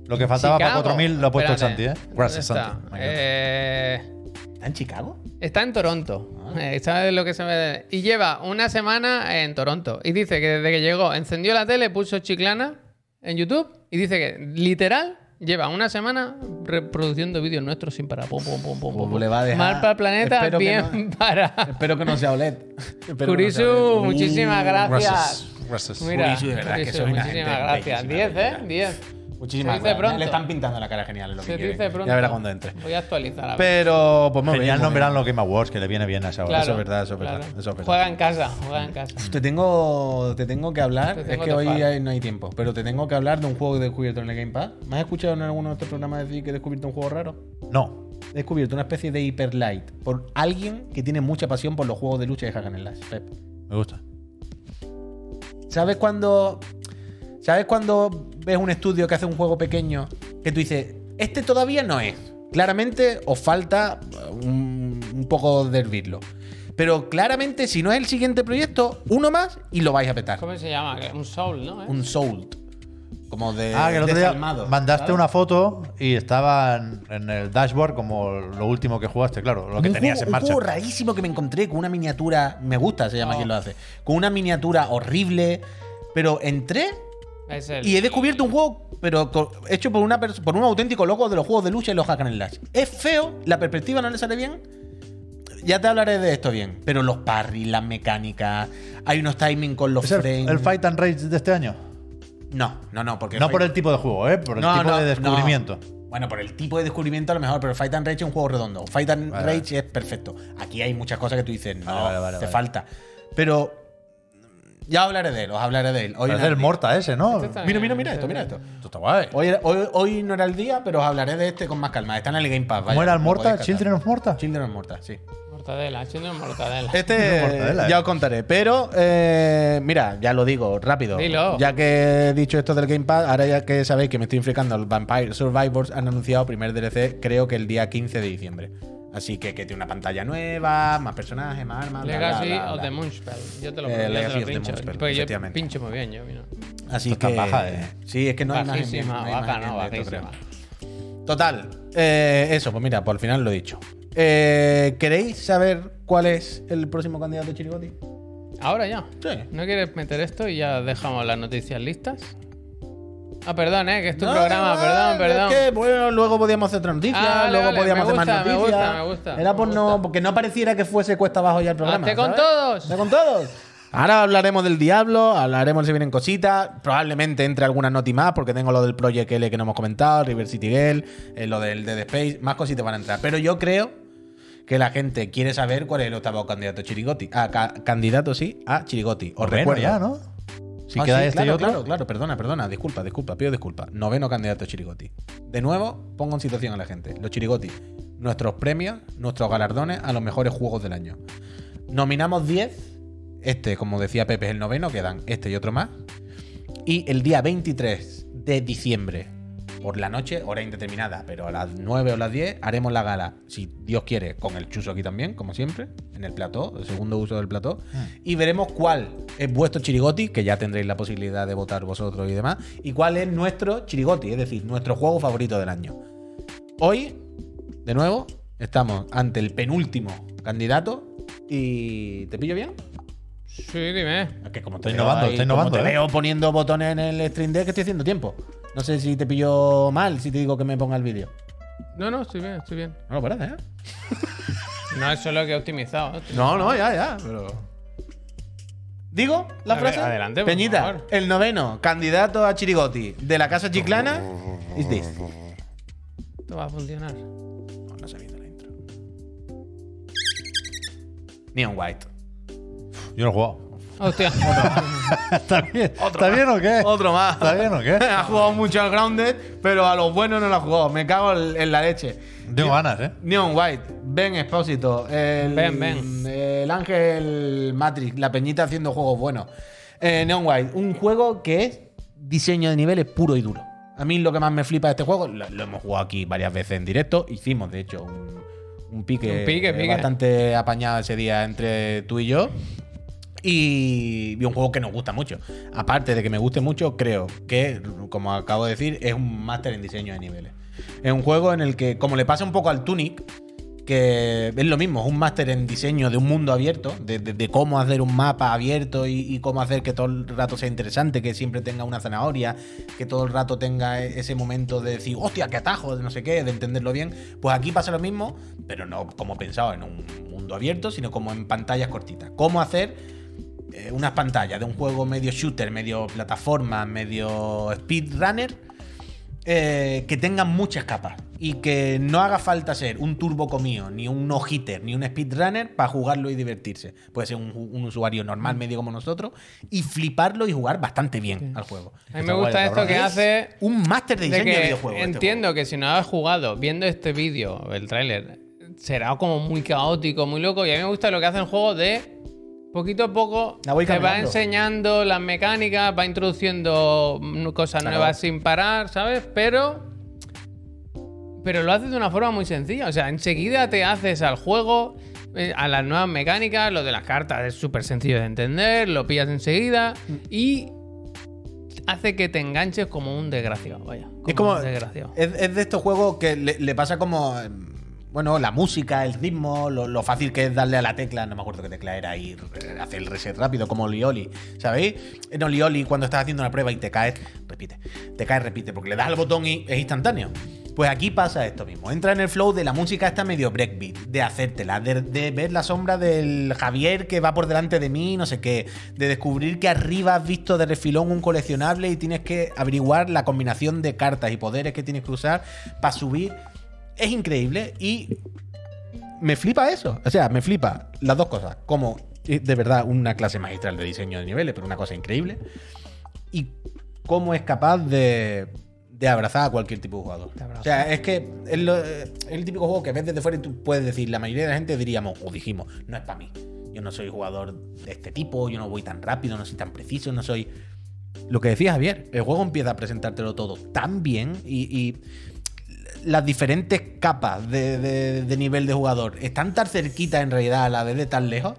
S3: Lo que faltaba
S2: Chicago.
S3: para 4.000 lo ha puesto el Santi,
S2: Espérate,
S3: ¿eh? Gracias,
S2: ¿dónde
S3: Santi.
S2: está? Eh.
S1: ¿Está en Chicago?
S2: Está en Toronto.
S1: Ah.
S2: Eh, ¿Sabes lo que se me.? Y lleva una semana en Toronto. Y dice que desde que llegó, encendió la tele, puso chiclana en YouTube. Y dice que literal lleva una semana reproduciendo vídeos nuestros sin parar. Pum, pum, pum, pum, pum,
S1: Pues
S2: pum.
S1: le va a dejar-
S2: Mal para el planeta,
S1: espero que
S2: bien para.
S1: Espero que no sea E OLED. Espero que no sea E
S2: Kurisu,
S1: OLED.
S2: muchísimas gracias.
S3: Gracias. Gracias.
S2: Mira,
S1: Kurisu, de verdad que
S2: Kurisu,
S1: soy una
S2: muchísimas
S1: gente
S2: gracias.
S1: bellísima,
S2: 10,
S1: de
S2: ¿eh?
S1: verdad.
S2: 10.
S1: Muchísimas
S2: Se dice
S1: gracias.
S2: pronto.
S1: Le están pintando la cara genial, es lo
S2: Se
S1: que quiere.
S2: dice pronto.
S1: Ya verá cuando entre.
S2: Voy a actualizar. a ver.
S1: Pero, pues muy bien,
S3: Genial
S1: muy
S3: nombrar
S1: bien.
S3: los Game Awards, que le viene bien a esa hora.
S2: Claro,
S1: eso es verdad, eso es verdad,
S2: claro.
S1: eso es verdad.
S2: Juega en casa, juega en casa.
S1: Te tengo, te tengo que hablar.
S2: Te tengo
S1: es que hoy
S2: topado.
S1: hay- no hay tiempo, pero te tengo que hablar de un juego que he descubierto en el Game Pass. ¿Me has escuchado en alguno de estos programas decir que he descubierto un juego raro?
S3: No.
S1: He descubierto una especie de hiperlight por alguien que tiene mucha pasión por los juegos de lucha y hack and slash, Pep.
S3: Me gusta.
S1: ¿Sabes cuando sabes cuando ves un estudio que hace un juego pequeño que tú dices, este todavía no es? Claramente os falta eh, un, un poco de hervirlo. Pero claramente si no es el siguiente proyecto, uno más y lo vais a petar.
S2: ¿Cómo se llama? Un soul, ¿no? ¿Eh?
S1: Un Soul. Como de.
S3: Ah, que el otro día
S1: desalmado,
S3: mandaste
S1: ¿sabes?
S3: una foto y estaba en, en el dashboard como lo último que jugaste, claro, lo que
S1: un
S3: tenías
S1: juego,
S3: en
S1: un
S3: marcha.
S1: juego rarísimo que me encontré con una miniatura. Me gusta, se llama
S2: Oh.
S1: quien lo hace. Con una miniatura horrible. Pero entré
S2: Es el-
S1: y he descubierto un juego, pero co- hecho por una perso- por un auténtico loco de los juegos de lucha y los hack and slash. Es feo, la perspectiva no le sale bien. Ya te hablaré de esto bien. Pero los parries, las mecánicas, hay unos timing con los
S3: ¿Es el,
S1: frames.
S3: el Fight and Rage de este año?
S1: No, no, no, porque.
S3: No
S1: Fight-
S3: por el tipo de juego, ¿eh? Por el
S1: No,
S3: tipo
S1: no,
S3: de
S1: no.
S3: descubrimiento.
S1: Bueno, por el tipo de descubrimiento a lo mejor, pero Fight and Rage es un juego redondo. Fight and
S3: Vale,
S1: Rage es perfecto. Aquí hay muchas cosas que tú dices, no,
S3: Vale, vale, vale,
S1: te
S3: vale.
S1: falta. Pero ya hablaré de él, os hablaré de él. Hoy
S3: Parece
S1: no-
S3: el Morta ese, ¿no?
S2: Este está
S1: Mira,
S2: bien,
S1: mira, mira
S2: este
S1: esto, mira
S2: está
S1: esto.
S3: Esto está guay.
S1: Hoy, hoy, hoy no era el día, pero os hablaré de este con más calma. Está en el Game Pass. vaya,
S3: ¿Cómo era el
S1: lo
S3: Morta?
S1: podéis catar.
S3: ¿Children of Morta?
S1: Children of Morta, sí.
S2: bien. Mortadela, Chino mortadela.
S1: Este
S3: Una mortadela,
S1: eh, ya
S3: eh.
S1: os contaré, pero eh, mira, ya lo digo rápido.
S2: Dilo.
S1: Ya que he dicho esto del Game Pass, ahora ya que sabéis que me estoy inflicando, el Vampire Survivors han anunciado primer DLC, creo que el día 15 de diciembre. Así que que tiene una pantalla nueva, más personajes, más armas. bla, bla,
S2: Legacy
S1: bla, bla.
S2: of the Moonspell. Yo te lo,
S1: Eh,
S2: yo te lo
S1: Legacy of the
S2: pincho.
S1: Moonspell,
S2: porque yo
S1: efectivamente.
S2: pincho muy bien, yo, mira.
S1: Así
S3: Esto
S1: que
S3: está baja, eh.
S1: sí, es que no hay más
S2: Bajísima, baja, no, bajísima.
S1: Total, eh, eso, pues mira, por el final lo he dicho. Eh, ¿Queréis saber cuál es el próximo candidato de Chirigoti?
S2: Ahora ya.
S1: Sí.
S2: ¿No quieres meter esto y ya dejamos las noticias listas? Ah, perdón, eh, que es tu
S1: No,
S2: programa,
S1: no,
S2: perdón,
S1: Ah, es
S2: perdón.
S1: que, bueno, luego podíamos hacer otras noticias,
S2: Ah, vale,
S1: luego
S2: vale,
S1: podíamos
S2: me
S1: hacer más
S2: gusta, me
S1: noticias.
S2: gusta, me gusta,
S1: Era
S2: me
S1: por no,
S2: gusta. Ah,
S1: porque no pareciera que fuese cuesta abajo ya el programa.
S2: Hazte con
S1: ¿sabes?
S2: todos.
S1: Hazte con todos. Ahora hablaremos del diablo, hablaremos si vienen cositas, probablemente entre algunas noti más, porque tengo lo del Project L que no hemos comentado, River City Girl, eh, lo del Dead Space, más cositas van a entrar. Pero yo creo que la gente quiere saber cuál es el octavo candidato Chirigoti. Ah, ca- candidato, sí, a Chirigoti. Os
S3: Bueno,
S1: recuerdo.
S3: ya, ¿no? Si
S1: Ah,
S3: queda
S1: sí,
S3: este
S1: claro,
S3: y otro.
S1: Claro, claro, perdona, perdona. Disculpa, disculpa, pido disculpa. Noveno candidato Chirigoti. De nuevo, pongo en situación a la gente. Los Chirigoti, nuestros premios, nuestros galardones a los mejores juegos del año. Nominamos 10. Este, como decía Pepe, es el noveno, quedan este y otro más. Y el día 23 de diciembre, por la noche, hora indeterminada, pero a las 9 o las 10, haremos la gala, si Dios quiere, con el chuso aquí también, como siempre, en el plató, el segundo uso del plató. Y veremos cuál es vuestro chirigoti, que ya tendréis la posibilidad de votar vosotros y demás, y cuál es nuestro chirigoti, es decir, nuestro juego favorito del año. Hoy, de nuevo, estamos ante el penúltimo candidato. ¿Y te pillo bien?
S2: Sí, dime.
S1: Es que como te
S3: Está
S1: veo
S3: innovando,
S1: ahí,
S3: está
S1: como
S3: innovando,
S1: te
S3: ¿eh?
S1: veo poniendo botones en el stream deck, estoy haciendo tiempo. No sé si te pillo mal, si te digo que me ponga el vídeo.
S2: No, no, estoy bien, estoy bien.
S1: No lo parece, ¿eh?
S2: No, eso es lo que he optimizado.
S1: No,
S2: ¿no?
S1: no, ya, ya, pero. ¿Digo la
S2: A ver,
S1: frase?
S2: adelante, por
S1: Peñita,
S2: favor.
S1: el noveno candidato a Chirigoti de la Casa Chiclana. Is this.
S2: Esto va a funcionar.
S1: No, no se ha visto la intro. Neon White.
S3: Yo no he jugado.
S2: Hostia.
S3: ¿Está bien, ¿Está bien o qué?
S1: Otro más.
S3: ¿Está bien o Eh. qué?
S1: ha jugado mucho al Grounded, pero a los buenos no lo ha jugado. Me cago en en la leche.
S3: Tengo ganas, ¿eh?
S1: Neon White, Ben Expósito, el,
S2: Ben, Ben.
S1: el Ángel Matrix, la Peñita haciendo juegos buenos. Eh, Neon White, un juego que es diseño de niveles puro y duro. A mí lo que más me flipa de este juego, lo, lo hemos jugado aquí varias veces en directo, hicimos de hecho un, un pique,
S2: Un pique,
S1: eh,
S2: pique.
S1: bastante apañado ese día entre tú y yo. Y, y un juego que nos gusta mucho. Aparte de que me guste mucho, creo que, como acabo de decir, es un máster en diseño de niveles. Es un juego en el que, como le pasa un poco al Tunic, que es lo mismo, es un máster en diseño de un mundo abierto, de, de- de cómo hacer un mapa abierto y, y cómo hacer que todo el rato sea interesante, que siempre tenga una zanahoria, que todo el rato tenga e- ese momento de decir, hostia, qué atajo, de no sé qué, de entenderlo bien. Pues aquí pasa lo mismo, pero no como pensado en un mundo abierto, sino como en pantallas cortitas. ¿Cómo hacer eh, unas pantallas de un juego medio shooter, medio plataforma, medio speedrunner, eh, que tengan muchas capas y que no haga falta ser un turbo comido, ni un no-hitter, ni un speedrunner para jugarlo y divertirse. Puede ser un, ju- un usuario
S2: Mm.
S1: normal, medio como nosotros, y fliparlo y jugar bastante bien al juego.
S2: A mí
S3: Está
S2: me
S3: guay,
S2: gusta esto
S3: cabrón.
S2: que
S1: Es
S2: hace
S1: un máster de
S2: de
S1: diseño de,
S2: que
S1: videojuegos. este
S2: entiendo que si no has jugado viendo este vídeo, el tráiler, será como muy caótico, muy loco. Y a mí me gusta lo que hace el juego de poquito a poco
S1: La voy
S2: te va
S1: caminando.
S2: enseñando las mecánicas, va introduciendo mm, cosas
S1: Claro.
S2: nuevas sin parar, ¿sabes? Pero pero lo haces de una forma muy sencilla. O sea, enseguida te haces al juego, eh, a las nuevas
S1: Mm.
S2: mecánicas, lo de las cartas es súper sencillo de entender, lo pillas enseguida y hace que te enganches como un desgraciado, vaya. Como
S1: es como.
S2: un desgraciado.
S1: Es, es de estos juegos que le, le pasa como. em, Bueno, la música, el ritmo, lo, lo fácil que es darle a la tecla, no me acuerdo qué tecla era, y eh, hacer el reset rápido, como Lioli, ¿sabéis? En Lioli, cuando estás haciendo una prueba y te caes, repite, te caes, repite, porque le das al botón y es instantáneo. Pues aquí pasa esto mismo. Entra en el flow de la música esta medio breakbeat, de hacértela, de, de ver la sombra del Javier que va por delante de mí, no sé qué, de descubrir que arriba has visto de refilón un coleccionable y tienes que averiguar la combinación de cartas y poderes que tienes que usar para subir. Es increíble y me flipa eso. O sea, me flipa las dos cosas. Como eh, de verdad una clase magistral de diseño de niveles, pero una cosa increíble. Y cómo es capaz de, de abrazar a cualquier tipo de jugador.
S2: Te abraza.
S1: O sea, es que es, lo- es el típico juego que ves desde fuera y tú puedes decir, la mayoría de la gente diríamos, o dijimos, no es para mí. Yo no soy jugador de este tipo, yo no voy tan rápido, no soy tan preciso, no soy... Lo que decía Javier, el juego empieza a presentártelo todo tan bien y- y las diferentes capas de, de- de nivel de jugador están tan cerquita en realidad a la vez de tan lejos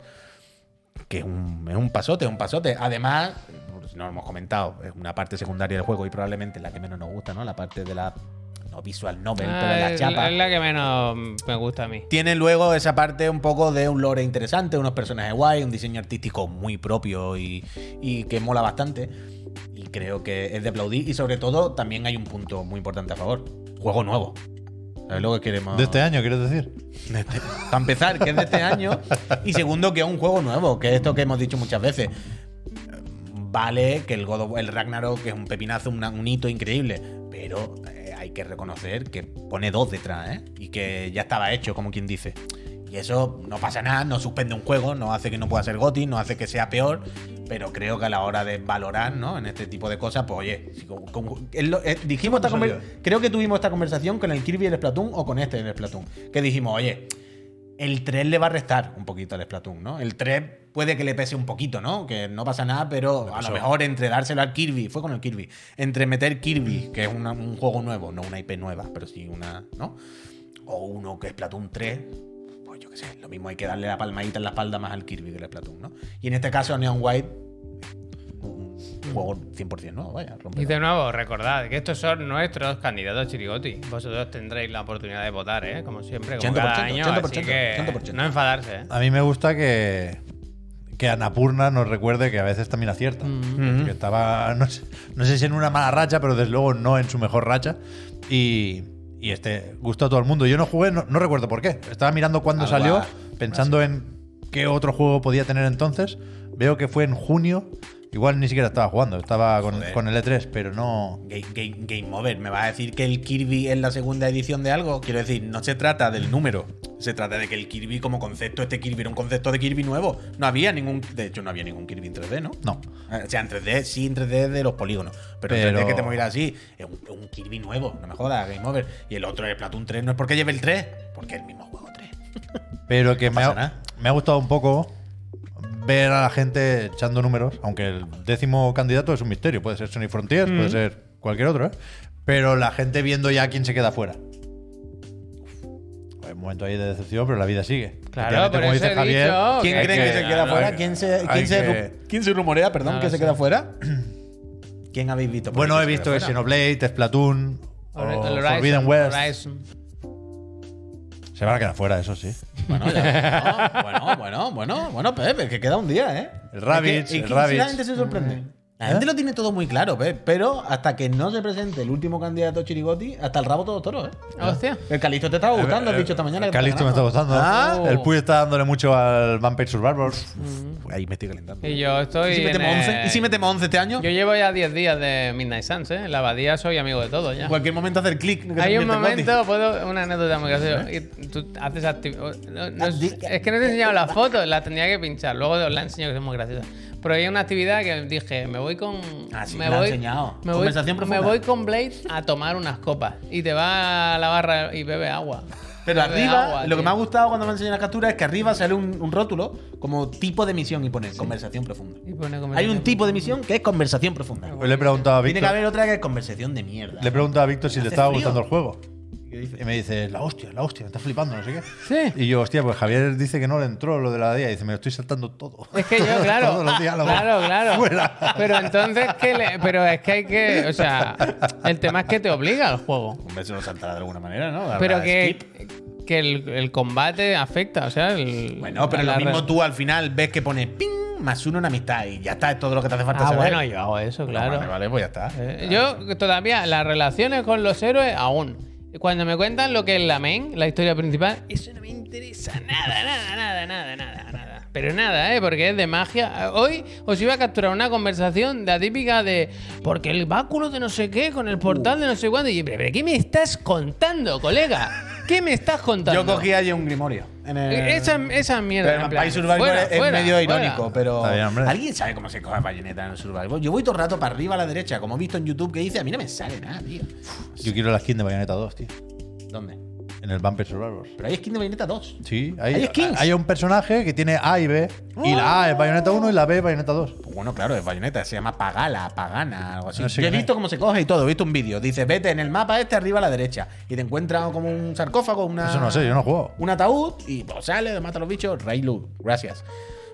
S1: que es un, es un pasote, es un pasote. Además, por si no lo hemos comentado, es una parte secundaria del juego y probablemente la que menos nos gusta, ¿no? La parte de la no visual novel, pero
S2: Ah,
S1: la
S2: es,
S1: chapa.
S2: es la que menos me gusta a mí.
S1: Tiene luego esa parte un poco de un lore interesante, unos personajes guay, un diseño artístico muy propio y, y que mola bastante. Y creo que es de aplaudir. Y sobre todo, también hay un punto muy importante a favor: juego nuevo. ¿Sabes lo que queremos?
S3: De este año, quiero decir.
S1: Para empezar, que es de este año. Y segundo, que es un juego nuevo, que es esto que hemos dicho muchas veces. Vale que el, God of- el Ragnarok que es un pepinazo, una- un hito increíble, pero eh, hay que reconocer que pone dos detrás, ¿eh? Y que ya estaba hecho, como quien dice. Y eso no pasa nada, no suspende un juego, no hace que no pueda ser GOTI, no hace que sea peor, pero creo que a la hora de valorar, ¿no? En este tipo de cosas, pues oye, si con- con- es lo- eh, dijimos esta
S3: ¿Cómo
S1: conver-
S3: salió?
S1: creo que tuvimos esta conversación con el Kirby y el Splatoon o con este del Splatoon, que dijimos, oye, el 3 le va a restar un poquito al Splatoon, ¿no? El 3 puede que le pese un poquito, ¿no? Que no pasa nada, pero a lo mejor entre dárselo al Kirby, fue con el Kirby, entre meter Kirby, que es una- un juego nuevo, no una IP nueva, pero sí una, ¿no? O uno que es Splatoon 3, pues yo qué sé, lo mismo hay que darle la palmadita en la espalda más al Kirby que al Splatoon, ¿no? Y en este caso Neon White, un juego 100% nuevo, vaya, rompe
S2: Y de nuevo, recordad que estos son nuestros candidatos chirigoti. Vosotros tendréis la oportunidad de votar, ¿eh? Como siempre, como
S1: 80%,
S2: cada año. así
S1: 80%,
S2: que
S1: 80%.
S2: no enfadarse, ¿eh?
S3: A mí me gusta que, que Anapurna nos recuerde que a veces también
S1: Mm.
S3: acierta. Que estaba, no sé, no sé si en una mala racha, pero desde luego no en su mejor racha. Y, y este gustó a todo el mundo. Yo no jugué, no, no recuerdo por qué. Estaba mirando cuándo
S1: Algo
S3: salió,
S1: a-
S3: pensando en qué otro juego podía tener entonces. Veo que fue en junio. Igual ni siquiera estaba jugando, estaba con,
S1: Joder.
S3: con el E3, pero no.
S1: Game, game- game over. ¿Me vas a decir que el Kirby es la segunda edición de algo? Quiero decir, no se trata del número. Se trata de que el Kirby como concepto, este Kirby era un concepto de Kirby nuevo. No había ningún... De hecho, no había ningún Kirby en 3D, ¿no?
S3: No.
S1: Eh, O sea, en 3D, sí, en 3D de los polígonos. Pero, en
S3: Pero-
S1: 3D que te moviera así, es un, es un Kirby nuevo, no me jodas, Game Over. Y el otro es Platoon 3, no es porque lleve el 3, porque es el mismo juego 3.
S3: Pero que me
S1: pasa
S3: ha,
S1: nada.
S3: me ha gustado un poco ver a la gente echando números, aunque el décimo candidato es un misterio, puede ser Sony Frontiers, puede ser cualquier otro, ¿eh? pero la gente viendo ya quién se queda fuera. Hay un momento ahí de decepción, pero la vida sigue.
S2: Claro,
S3: Efectivamente,
S2: por eso he dicho
S1: ¿Quién
S2: Hay
S1: cree que,
S2: que-
S1: se queda
S2: no,
S1: fuera?
S3: hay-
S1: ¿Quién, se,
S3: hay
S1: quién, se,
S3: que-
S1: ru- quién se rumorea, perdón,
S2: No
S1: que
S2: lo
S1: se
S2: sé.
S1: queda fuera? ¿Quién habéis visto? por
S3: Bueno,
S1: ahí que
S3: he
S1: se
S3: visto
S1: queda
S3: el
S1: fuera?
S3: Xenoblade, Splatoon, o
S2: Hor-
S1: Oh,
S2: Horizon,
S3: Forbidden West.
S2: Horizon.
S3: Se van a quedar fuera, eso sí.
S1: Bueno, ya- no, bueno, bueno, bueno, bueno, Pep, es que queda un día, ¿eh?
S3: El Rabbids,
S1: Es que- es
S3: el
S1: que
S3: Rabbids.
S1: La gente se
S2: Mm.
S1: sorprende. La
S2: ¿Eh?
S1: gente lo tiene todo muy claro, Pep, pero hasta que no se presente el último candidato Chirigoti, hasta el rabo todo toro, ¿eh?
S2: Hostia.
S1: El Calisto te estaba gustando, has dicho esta mañana. que te
S3: Calisto me está
S1: ganaba.
S3: gustando.
S1: Ah.
S3: El Puy está dándole mucho al Vampire Survivor.
S1: Ahí me estoy calentando.
S2: Y Mm. yo estoy.
S1: ¿Y si
S2: en
S1: metemos
S2: el-
S1: 11? ¿Y si metemos 11 este año?
S2: Yo llevo ya 10 días de Midnight Suns, ¿eh? En la abadía soy amigo de todo ya.
S1: En cualquier momento hacer clic. que se
S2: Hay un
S1: convierte en
S2: momento, puedo una anécdota muy graciosa. Y tú haces acti- no- no-
S1: Acti-
S2: es que no te he enseñado las fotos, las tendría que pinchar. Luego os la enseño que es muy graciosa. Pero hay una actividad que dije, me voy con.
S1: Ah, sí,
S2: me
S1: la ha enseñado.
S2: Me voy,
S1: Conversación profunda.
S2: me voy con Blade a tomar unas copas. Y te va a la barra y bebe agua.
S1: Pero
S2: Bebe
S1: arriba,
S2: agua,
S1: lo que
S2: tío.
S1: me ha gustado cuando me han enseñado la captura es que arriba sale un, un rótulo como tipo de misión y pone conversación profunda.
S2: Y pone como-
S1: Hay un tipo de misión que es conversación profunda.
S3: Hoy le he preguntado a
S1: Tiene que
S3: Víctor,
S1: haber otra que es conversación de mierda.
S3: le he preguntado a Víctor si le
S1: Hace
S3: estaba
S1: frío.
S3: gustando el juego.
S1: Y ¿Qué dices?
S3: Y me dice, la hostia, la hostia, me está flipando, no sé qué.
S2: Sí.
S3: Y yo, hostia, pues Javier dice que no le entró lo de la DIA. Dice, me lo estoy saltando todo.
S2: Es que yo, claro.
S3: Todos los diálogos.
S2: Claro, claro.
S3: Fuera.
S2: Pero entonces, que le- pero es que hay que. O sea, el tema es que te obliga al juego.
S1: Hombre, se lo saltará de alguna manera, ¿no? Habrá
S2: Pero que,
S1: skip.
S2: que el, el combate afecta, o sea, el.
S1: Bueno, pero
S2: la-
S1: lo mismo
S2: la-
S1: tú al final ves que pone ping más uno en amistad y ya está, es todo lo que te hace falta
S2: Ah,
S1: saber.
S2: bueno, yo hago eso, claro.
S1: Vale, vale, pues ya está.
S2: Eh, Yo todavía, las relaciones con los héroes, aún. Cuando me cuentan lo que es la main, la historia principal, eso no me interesa nada, nada, nada, nada, nada, nada. Pero nada, ¿eh? Porque es de magia. Hoy os iba a capturar una conversación de la típica de. Porque el báculo de no sé qué, con el portal de no sé cuándo. Y yo, pero, pero ¿qué me estás contando, colega? ¿¿Qué me estás contando?
S1: Yo cogí allí un Grimorio. En el...
S2: Eh, Esa, esa mierda.
S1: Pero
S2: en
S1: en
S2: plan,
S1: Vampire Survivor
S2: fuera,
S1: es es
S2: fuera,
S1: medio
S2: fuera.
S1: irónico, pero.
S3: Está bien, hombre.
S1: ¿Alguien sabe cómo se coge bayoneta en el Survivor? Yo voy todo el rato para arriba a la derecha, como he visto en YouTube que dice, a mí no me sale nada, tío.
S3: Yo quiero la skin de Bayonetta 2, tío.
S1: ¿Dónde?
S3: En el Vampire Survivors.
S1: Pero hay skin de Bayonetta 2.
S3: Sí, hay,
S1: Hay skins.
S3: hay un personaje que tiene A y B. Y la A es Bayonetta 1 y la B es Bayonetta 2.
S1: Pues bueno, claro, es bayoneta, se llama Pagala, Pagana, algo así.
S3: No sé
S1: Yo he
S3: qué-
S1: visto cómo se coge y todo, he visto un vídeo. Dice, vete en el mapa este arriba a la derecha. Y te encuentras como un sarcófago, una.
S3: Eso no sé, yo no juego.
S1: Un ataúd y pues, sale, mata a los bichos, Rey Lud, gracias.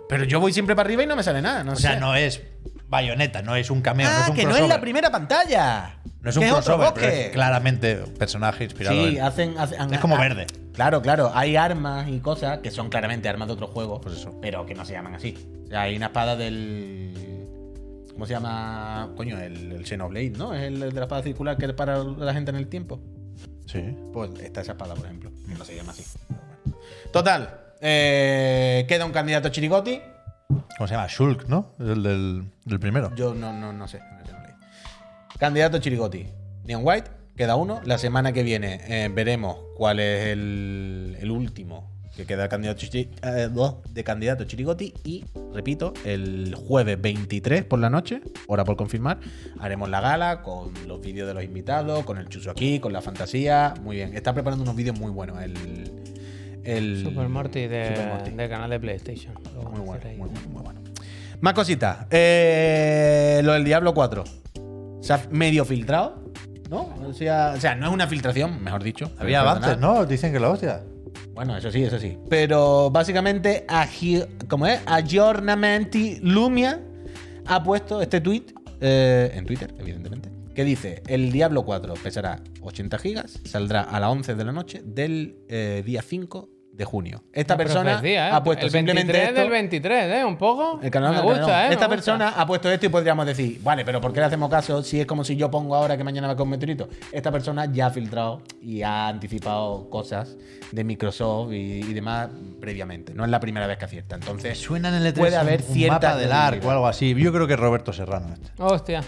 S1: Pero yo voy siempre para arriba y no me sale nada. No
S3: O sea,
S1: sé.
S3: no es Bayonetta, no es un cameo,
S1: Ah,
S3: no es un
S1: que no
S3: crossover.
S1: es la primera pantalla.
S3: No es un
S1: que otro
S3: crossover, pero
S1: bosque.
S3: es claramente un personaje inspirado
S1: Sí, ah,
S3: en-
S1: hacen, hacen- han-
S3: Es como
S1: han-
S3: verde.
S1: Claro, claro. Hay armas y cosas que son claramente armas de otros juegos,
S3: Pues eso.
S1: pero que no se llaman así. O sea, hay una espada del. ¿Cómo se llama? Coño, el, el Xenoblade, ¿no? Es el de la espada circular que es para la gente en el tiempo.
S3: Sí.
S1: Pues está esa espada, por ejemplo. que No se llama así. Total. eh, queda un candidato chirigoti.
S3: ¿Cómo se llama? Shulk, ¿no? El del, del primero.
S1: Yo no, no, no sé. no sé, no leí. Candidato Chirigoti. Neon White, queda uno. La semana que viene eh, veremos cuál es el, el último que queda candidato Chiri- eh, dos de candidato Chirigoti. Y repito, el jueves 23 por la noche, hora por confirmar, haremos la gala con los vídeos de los invitados, con el chuzo aquí, con la fantasía. Muy bien. Está preparando unos vídeos muy buenos. El, el
S2: Super Morty de,
S1: Super Morty.
S2: del canal de PlayStation. Lo
S1: Muy
S2: vamos a
S1: bueno,
S2: hacer ahí.
S1: muy bueno, muy bueno. Más cositas. Eh, lo del Diablo 4. Se ha medio filtrado, ¿no? O sea, o sea, no es una filtración, mejor dicho.
S3: Había
S1: Perdonad.
S3: avances, ¿no? Dicen que la hostia.
S1: Bueno, eso sí, eso sí. Pero básicamente, agi- ¿cómo es? Aggiornamenti Lumia ha puesto este tweet eh, en Twitter, evidentemente, que dice: El Diablo 4 pesará 80 gigas, saldrá a las 11 de la noche del eh, día 5 de junio. Esta
S2: Una
S1: persona
S2: profecía, ¿eh?
S1: ha puesto
S2: el 23
S1: simplemente esto-
S2: del 23, ¿eh? Un poco.
S1: el canal
S2: me
S1: del
S2: gusta,
S1: canal.
S2: ¿eh? me
S1: Esta
S2: gusta.
S1: persona ha puesto esto y podríamos decir, vale, pero ¿por qué le hacemos caso si es como si yo pongo ahora que mañana va con meteorito? Esta persona ya ha filtrado y ha anticipado cosas de Microsoft y, y demás previamente. No es la primera vez que acierta. Entonces,
S3: Suena en el E3
S1: Puede haber
S3: un, un
S1: cierta
S3: mapa del
S1: credibilidad.
S3: arco o algo así. Yo creo que es Roberto Serrano. este.
S2: Hostia.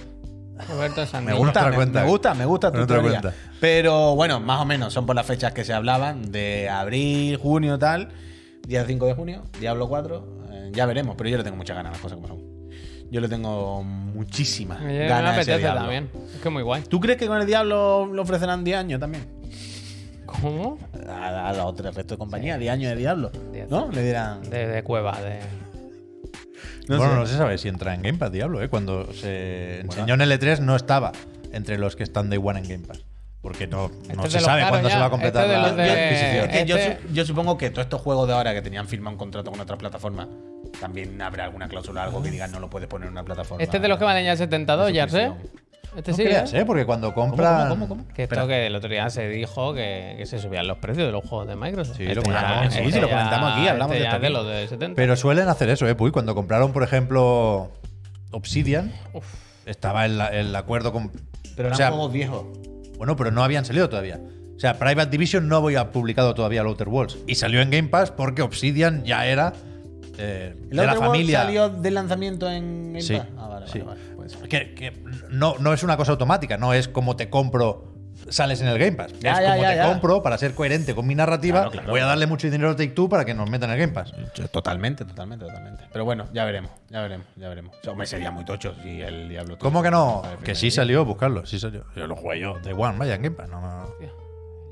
S2: Roberto
S1: me
S2: Sandino.
S3: gusta.
S1: gusta,
S3: otra
S1: me,
S3: cuenta.
S1: me gusta, me gusta tu
S3: En otra
S1: teoría.
S3: cuenta.
S1: Pero bueno, más o menos son por las fechas que se hablaban de abril, junio, tal. Día 5 de junio, Diablo 4. eh, ya veremos, pero yo le tengo muchas ganas, las cosas como son. Yo le tengo muchísimas
S2: Eh, Me
S1: ganas a ese
S2: apetece
S1: Diablo.
S2: también. Es que muy guay.
S1: ¿Tú crees que con el diablo lo ofrecerán 10 años también?
S2: ¿Cómo?
S1: A, a los otros el resto de compañía, 10 años de diablo.
S2: Diez.
S1: ¿No? Le dirán.
S2: De, de cueva, de.
S1: No
S3: bueno,
S1: sé.
S3: no se sabe si entra en Game Pass, Diablo, ¿eh? Cuando se enseñó en el E3 no estaba entre los que están Day One en Game Pass. Porque no,
S2: es
S3: no
S2: de
S3: se
S2: los
S3: sabe
S2: caros
S3: cuándo
S2: ya.
S3: se va a completar
S2: Este es de
S3: la,
S2: los de-
S3: la adquisición.
S1: Es que yo,
S2: Este-
S1: su- yo supongo que todos estos juegos de ahora que tenían firmado un contrato con otras plataformas, también habrá alguna cláusula, algo que digan no lo puedes poner en una plataforma.
S2: Este es de los que van a añadir 72, ya sé.
S1: suscripción.
S2: Este
S3: No
S2: sí.
S3: creas,
S2: ¿eh?
S3: ¿eh? Porque cuando compran.
S1: cómo, cómo?
S2: Que esto que el otro día se dijo que, que se subían los precios de los juegos de Microsoft. Este
S3: Sí, lo comentamos, sí,
S1: sí, lo comentamos aquí, hablamos de
S2: de,
S1: esto
S2: este de
S1: aquí.
S2: los de 70.
S3: Pero suelen hacer eso, ¿eh? Puy, cuando compraron, por ejemplo, Obsidian, estaba el, el acuerdo con.
S1: Pero eran
S3: o sea,
S1: juegos viejos.
S3: Bueno, pero no habían salido todavía. O sea, Private Division no había publicado todavía el Outer Worlds. Y salió en Game Pass porque Obsidian ya era eh,
S1: El
S3: de la
S1: otro
S3: familia.
S1: salió del lanzamiento en Game
S3: Sí,
S1: Pass? Ah, vale,
S3: sí.
S1: vale, vale. Pues-
S3: Que, que no, no es una cosa automática, no es como te compro, sales en el Game Pass.
S1: Ya,
S3: es
S1: ya,
S3: como
S1: ya,
S3: te
S1: ya.
S3: compro para ser coherente con mi narrativa.
S1: Claro, claro.
S3: Voy a darle mucho dinero a Take Two para que nos metan en el Game Pass.
S1: Yo- Totalmente, totalmente, totalmente. Pero bueno, ya veremos, ya veremos, ya veremos. Hombre, sería muy tocho si el Diablo.
S3: ¿Cómo que no?
S1: Sale el
S3: Que
S1: primer
S3: sí
S1: día.
S3: salió, buscarlo, sí salió. Yo lo jugué yo, de One, vaya en Game Pass. No, no, no.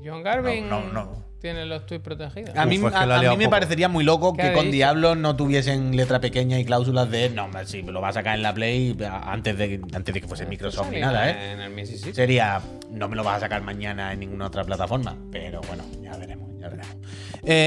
S2: John Garvin
S3: No, no, no.
S2: tiene los tweets protegidos.
S1: A mí,
S3: Uf, es que
S1: a-
S3: la ha
S1: a mí
S3: liado
S1: me
S3: poco.
S1: parecería muy loco
S2: ¿Qué
S1: que
S2: ha
S1: con
S2: dicho?
S1: Diablo no tuviesen letra pequeña y cláusulas de no, hombre,
S2: Ah,
S1: sí, lo va a sacar en la Play a- antes de, antes de que fuese Microsoft ni
S2: Sale
S1: nada, ¿eh?
S2: En el Mississippi.
S1: Sería, No me lo vas a sacar mañana en ninguna otra plataforma, pero bueno, ya veremos, ya veremos.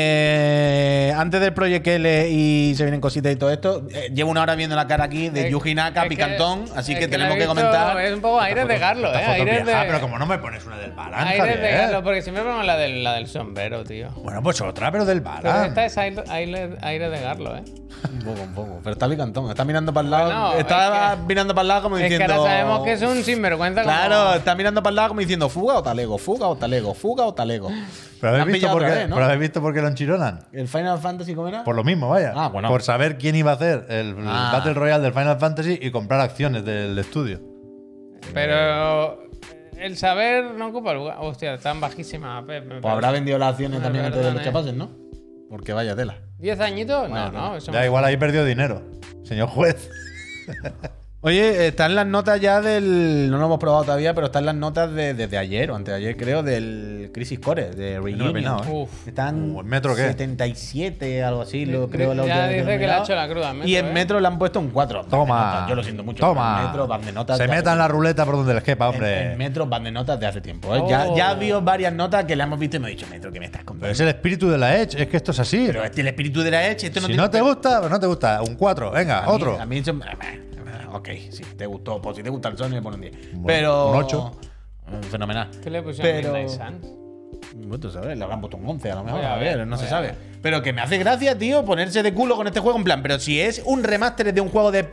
S1: Eh, antes del Project L y se vienen cositas y todo esto, eh, llevo una hora viendo la cara aquí de
S2: Es-
S1: Yuji Naka,
S2: es que-
S1: Picantón, así
S2: es
S1: que,
S2: que la
S1: tenemos
S2: he
S1: que
S2: visto-
S1: comentar.
S2: es un poco aires
S3: Esta
S2: de
S3: foto-
S2: Garlo,
S3: esta
S2: ¿eh?
S3: foto
S2: Aires
S3: vieja,
S2: de-
S3: Pero como no me pones una del Valhalla.
S2: Aires de
S3: ¿eh?
S2: Garlo, porque siempre pongo la del, la del sombrero, tío.
S3: Bueno, pues otra, pero del
S2: Pero esta
S3: Valhalla.
S2: es aire, aire- aire de Garlo, ¿eh?
S1: Un poco, un poco. Pero está Picantón, está mirando para el lado.
S2: Bueno,
S1: está
S2: es que-
S1: mirando para el lado como
S2: Es que
S1: diciendo.
S2: ahora sabemos que es un sinvergüenza. como-
S1: Claro, está mirando para el lado como diciendo fuga o talego, fuga o talego, fuga o talego.
S3: Pero
S1: La
S3: habéis
S1: han
S3: visto,
S1: pillado
S3: por qué,
S1: otra vez, ¿no?
S3: pero habéis visto por qué lo enchironan.
S1: ¿El Final Fantasy cómo era?
S3: Por lo mismo, vaya.
S1: Ah, bueno.
S3: Por saber quién iba a hacer el, el
S1: Ah.
S3: Battle Royale del Final Fantasy y comprar acciones del estudio.
S2: Pero el saber no ocupa lugar. Hostia, están bajísimas. pe- pe-
S1: Pues habrá vendido las acciones
S2: Ah,
S1: también antes de los
S2: perdón, eh.
S1: chapaces, ¿no? Porque vaya tela.
S2: ¿Diez añitos? No,
S1: Bueno,
S2: no. eso
S3: Ya
S2: me-
S3: igual ahí perdió dinero, señor juez.
S1: Oye, están las notas ya del. No lo hemos probado todavía, pero están las notas de, desde ayer o antes de ayer, creo, del Crisis Core, de
S3: no lo he
S1: Reunion.
S3: peinado, ¿eh?
S2: Uf.
S1: Están
S3: Uh, ¿en Metro qué?
S1: 77, algo así, lo,
S2: Ya
S1: creo. la última vez
S2: dice
S1: lo he
S2: que le ha
S1: mirado.
S2: hecho la cruda al Metro,
S1: y en
S2: ¿eh?
S1: Metro le han puesto un 4.
S3: Toma.
S1: Yo lo siento mucho.
S3: Toma.
S1: En Metro, van de notas.
S3: Se
S1: de hace
S3: metan la
S1: tiempo.
S3: ruleta por donde les quepa,
S1: En-
S3: hombre.
S1: En, Metro, van de notas de hace tiempo. ¿eh? Ya,
S2: Oh.
S1: ya vio varias notas que le hemos visto y me he dicho, Metro, que me estás contando.
S3: Pero es el espíritu de la Edge, es que esto es así.
S1: Pero este es el espíritu de la Edge. Esto no
S3: si
S1: tiene-
S3: no te gusta, pues no te gusta. Un 4, venga,
S1: A mí-
S3: otro.
S1: A mí, eso- Ok, sí, te gustó. Pues si te gusta el Sony, le pone un 10.
S3: Bueno,
S1: Pero.
S3: un ocho.
S1: Mm, Fenomenal.
S2: ¿Qué le pusieron
S1: Pero.
S2: Midnight Suns?
S1: Bueno, tú sabes, le habrán puesto un 11 a lo mejor.
S2: Voy a
S1: a ver,
S2: ver, pues.
S1: no se
S2: voy a
S1: sabe. Pero que me hace gracia, tío, ponerse de culo con este juego. En plan, pero si es un remaster de un juego de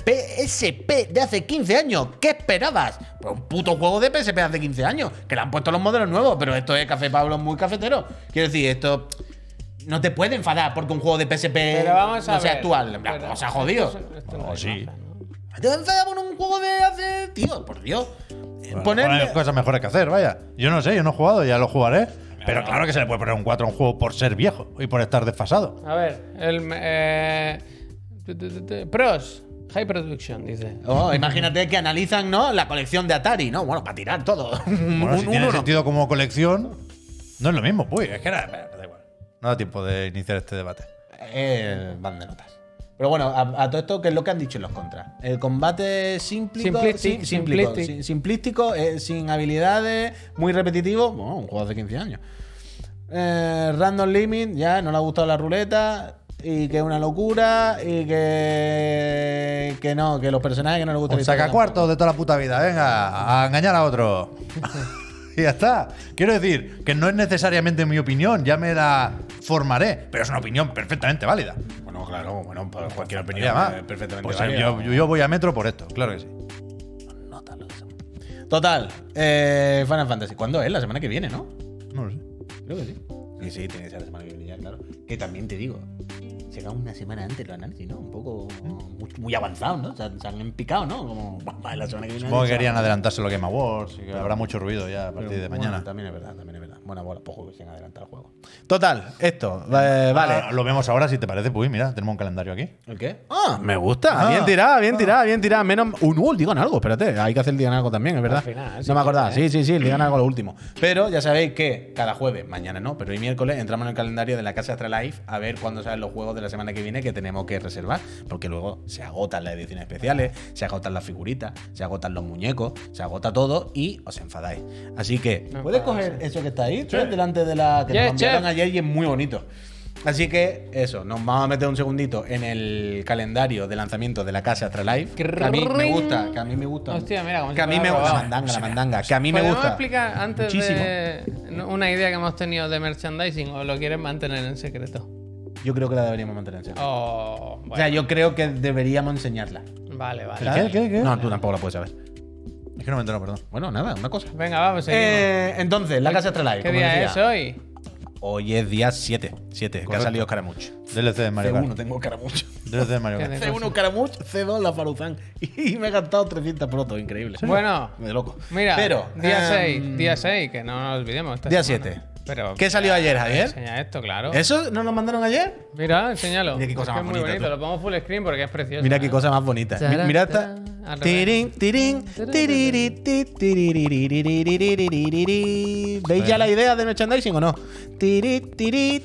S1: PSP de hace 15 años, ¿qué esperabas? Pues un puto juego de PSP hace 15 años. Que le han puesto los modelos nuevos, pero esto es Café Pablo muy cafetero. Quiero decir, esto. No te puede enfadar porque un juego de PSP
S2: Pero vamos a
S1: Eh, no sea
S2: ver.
S1: actual. En plan,
S2: Pero-
S1: pues, se ha jodido.
S2: Esto es- esto es
S3: Oh,
S2: una
S3: sí.
S2: raza, ¿no?
S1: ¿Te vas a enfadar por un juego de hace. Tío, por Dios. Eh,
S3: Bueno,
S1: ponerle.
S3: Hay cosas mejores que hacer, vaya. Yo no sé, yo no he jugado, ya lo jugaré. Pero claro que se le puede poner un 4 a un juego por ser viejo y por estar desfasado.
S2: A ver, el. eh, tu, tu, tu, tu, pros. High Production, dice.
S1: Oh, imagínate que analizan, ¿no? La colección de Atari, ¿no? Bueno, para tirar todo. Un-
S3: Bueno,
S1: un-
S3: si
S1: un
S3: tiene
S1: uno.
S3: sentido como colección, no es lo mismo. Uy, es que era, da igual. No da tiempo de iniciar este debate.
S1: Eh, van de notas. Pero bueno, a, a todo esto, que es lo que han dicho en los contras? El combate simplico,
S2: Simplistic,
S1: sim- simplico,
S2: simplistic.
S1: si- simplístico, eh, sin habilidades, muy repetitivo. Bueno, un juego hace 15 años. Eh, random Limit, ya no le ha gustado la ruleta. Y que es una locura. Y que. Que no, que los personajes que no le gustan.
S3: Un saca cuartos de toda la puta vida, venga, a engañar a otro. y ya está. Quiero decir que no es necesariamente mi opinión, ya me la formaré, pero es una opinión perfectamente válida.
S1: Bueno, claro, bueno, por cualquier opinión.
S3: Ya va.
S1: eh, perfectamente
S3: Pues
S1: válida.
S3: yo, yo- yo voy a metro por esto, claro que sí.
S1: Total, eh, Final Fantasy. ¿Cuándo es? La semana que viene, ¿no?
S3: No lo sé.
S1: Creo que sí. Sí, sí, tiene que ser la semana que viene ya, claro. Que también te digo, será una semana antes los análisis, ¿no? Un poco muy, muy avanzado, ¿no? Se han, se han picado, ¿no? Como "Buah, la semana que viene.
S3: Supongo
S1: analizamos".
S3: que querían adelantarse los Game Awards y que habrá mucho ruido ya a partir de
S1: Bueno,
S3: mañana.
S1: también es verdad, también es verdad. Buena bola, poco que se han adelantado el juego. Total, esto, eh, vale.
S3: Ah, lo vemos ahora si te parece. Pues mira, tenemos un calendario aquí.
S1: ¿El qué? Ah, me gusta.
S3: Ah,
S1: bien tirada, bien tirada, bien tirada. Menos. Un gol, digan algo, espérate. Hay que hacer el digan algo también, es verdad.
S2: Al final,
S1: no
S2: sí,
S1: me acordaba. Sí,
S2: ¿eh?
S1: sí, sí, el digan algo lo último. Pero ya sabéis que cada jueves, mañana no, pero hoy miércoles entramos en el calendario de la Casa Astralife a ver cuándo salen los juegos de la semana que viene que tenemos que reservar. Porque luego se agotan las ediciones especiales, se agotan las figuritas, se agotan los muñecos, se agota todo y os enfadáis. Así que,
S2: Me
S1: ¿puedes
S2: enfado,
S1: coger eso que está ahí? Chef, Delante de la que
S2: Yes,
S1: nos enviaron
S2: chef.
S1: ayer y es muy bonito. Así que eso, nos vamos a meter un segundito en el calendario de lanzamiento de la casa Astralife. Que a mí me gusta, que a mí me gusta.
S2: Hostia, mira, como
S1: que a
S2: si
S1: mí me
S2: fuera
S1: gusta. La
S2: robado.
S1: mandanga, la mandanga. Que a mí me
S2: ¿Podemos
S1: gusta.
S2: explicar antes
S1: Muchísimo.
S2: de no, una idea que hemos tenido de merchandising o lo quieren mantener en secreto?
S1: Yo creo que la deberíamos mantener en secreto.
S2: Oh,
S1: O sea,
S2: bueno,
S1: yo creo que deberíamos enseñarla.
S2: vale,
S3: ¿El
S2: vale.
S3: qué? ¿El qué? el qué?
S1: No, tú tampoco la puedes saber.
S3: Es que no me entero, perdón.
S1: Bueno, nada, una cosa.
S2: Venga, vamos, seguimos.
S1: Eh, entonces, la casa Astralife.
S2: ¿Qué
S1: como
S2: día
S1: decía,
S2: es hoy?
S1: Hoy es día 7. 7, que ha
S3: Correcto.
S1: salido Escaramuch.
S3: DLC de Mario
S1: C1
S3: Kart.
S1: tengo Escaramuch.
S3: DLC de Mario Kart.
S2: Qué de-
S1: C1 Escaramuch, C2 la Faruzán. Y me he gastado 300 protos, increíble.
S2: Bueno,
S1: de loco.
S2: mira,
S1: Pero,
S2: día
S1: em,
S2: 6, día 6, que no nos olvidemos. esta
S1: Día
S2: semana.
S1: 7.
S2: Pero
S1: ¿Qué salió ayer, Javier?
S2: enseña esto, claro.
S1: ¿Eso no nos mandaron ayer?
S2: Mira, enséñalo.
S1: Mira qué cosa
S2: Es que
S1: más
S2: es muy
S1: bonita,
S2: bonito,
S1: tú.
S2: lo pongo full screen porque es precioso.
S1: Mira qué
S2: ¿eh?
S1: cosa más bonita. Mi-
S2: Tarán,
S1: Mira esta.
S2: tarán, al revés.
S1: Tirín, tirín, tiriri, ti, tiriririririririri. ¿Veis ya la idea del merchandising o no? Tiri, tiri,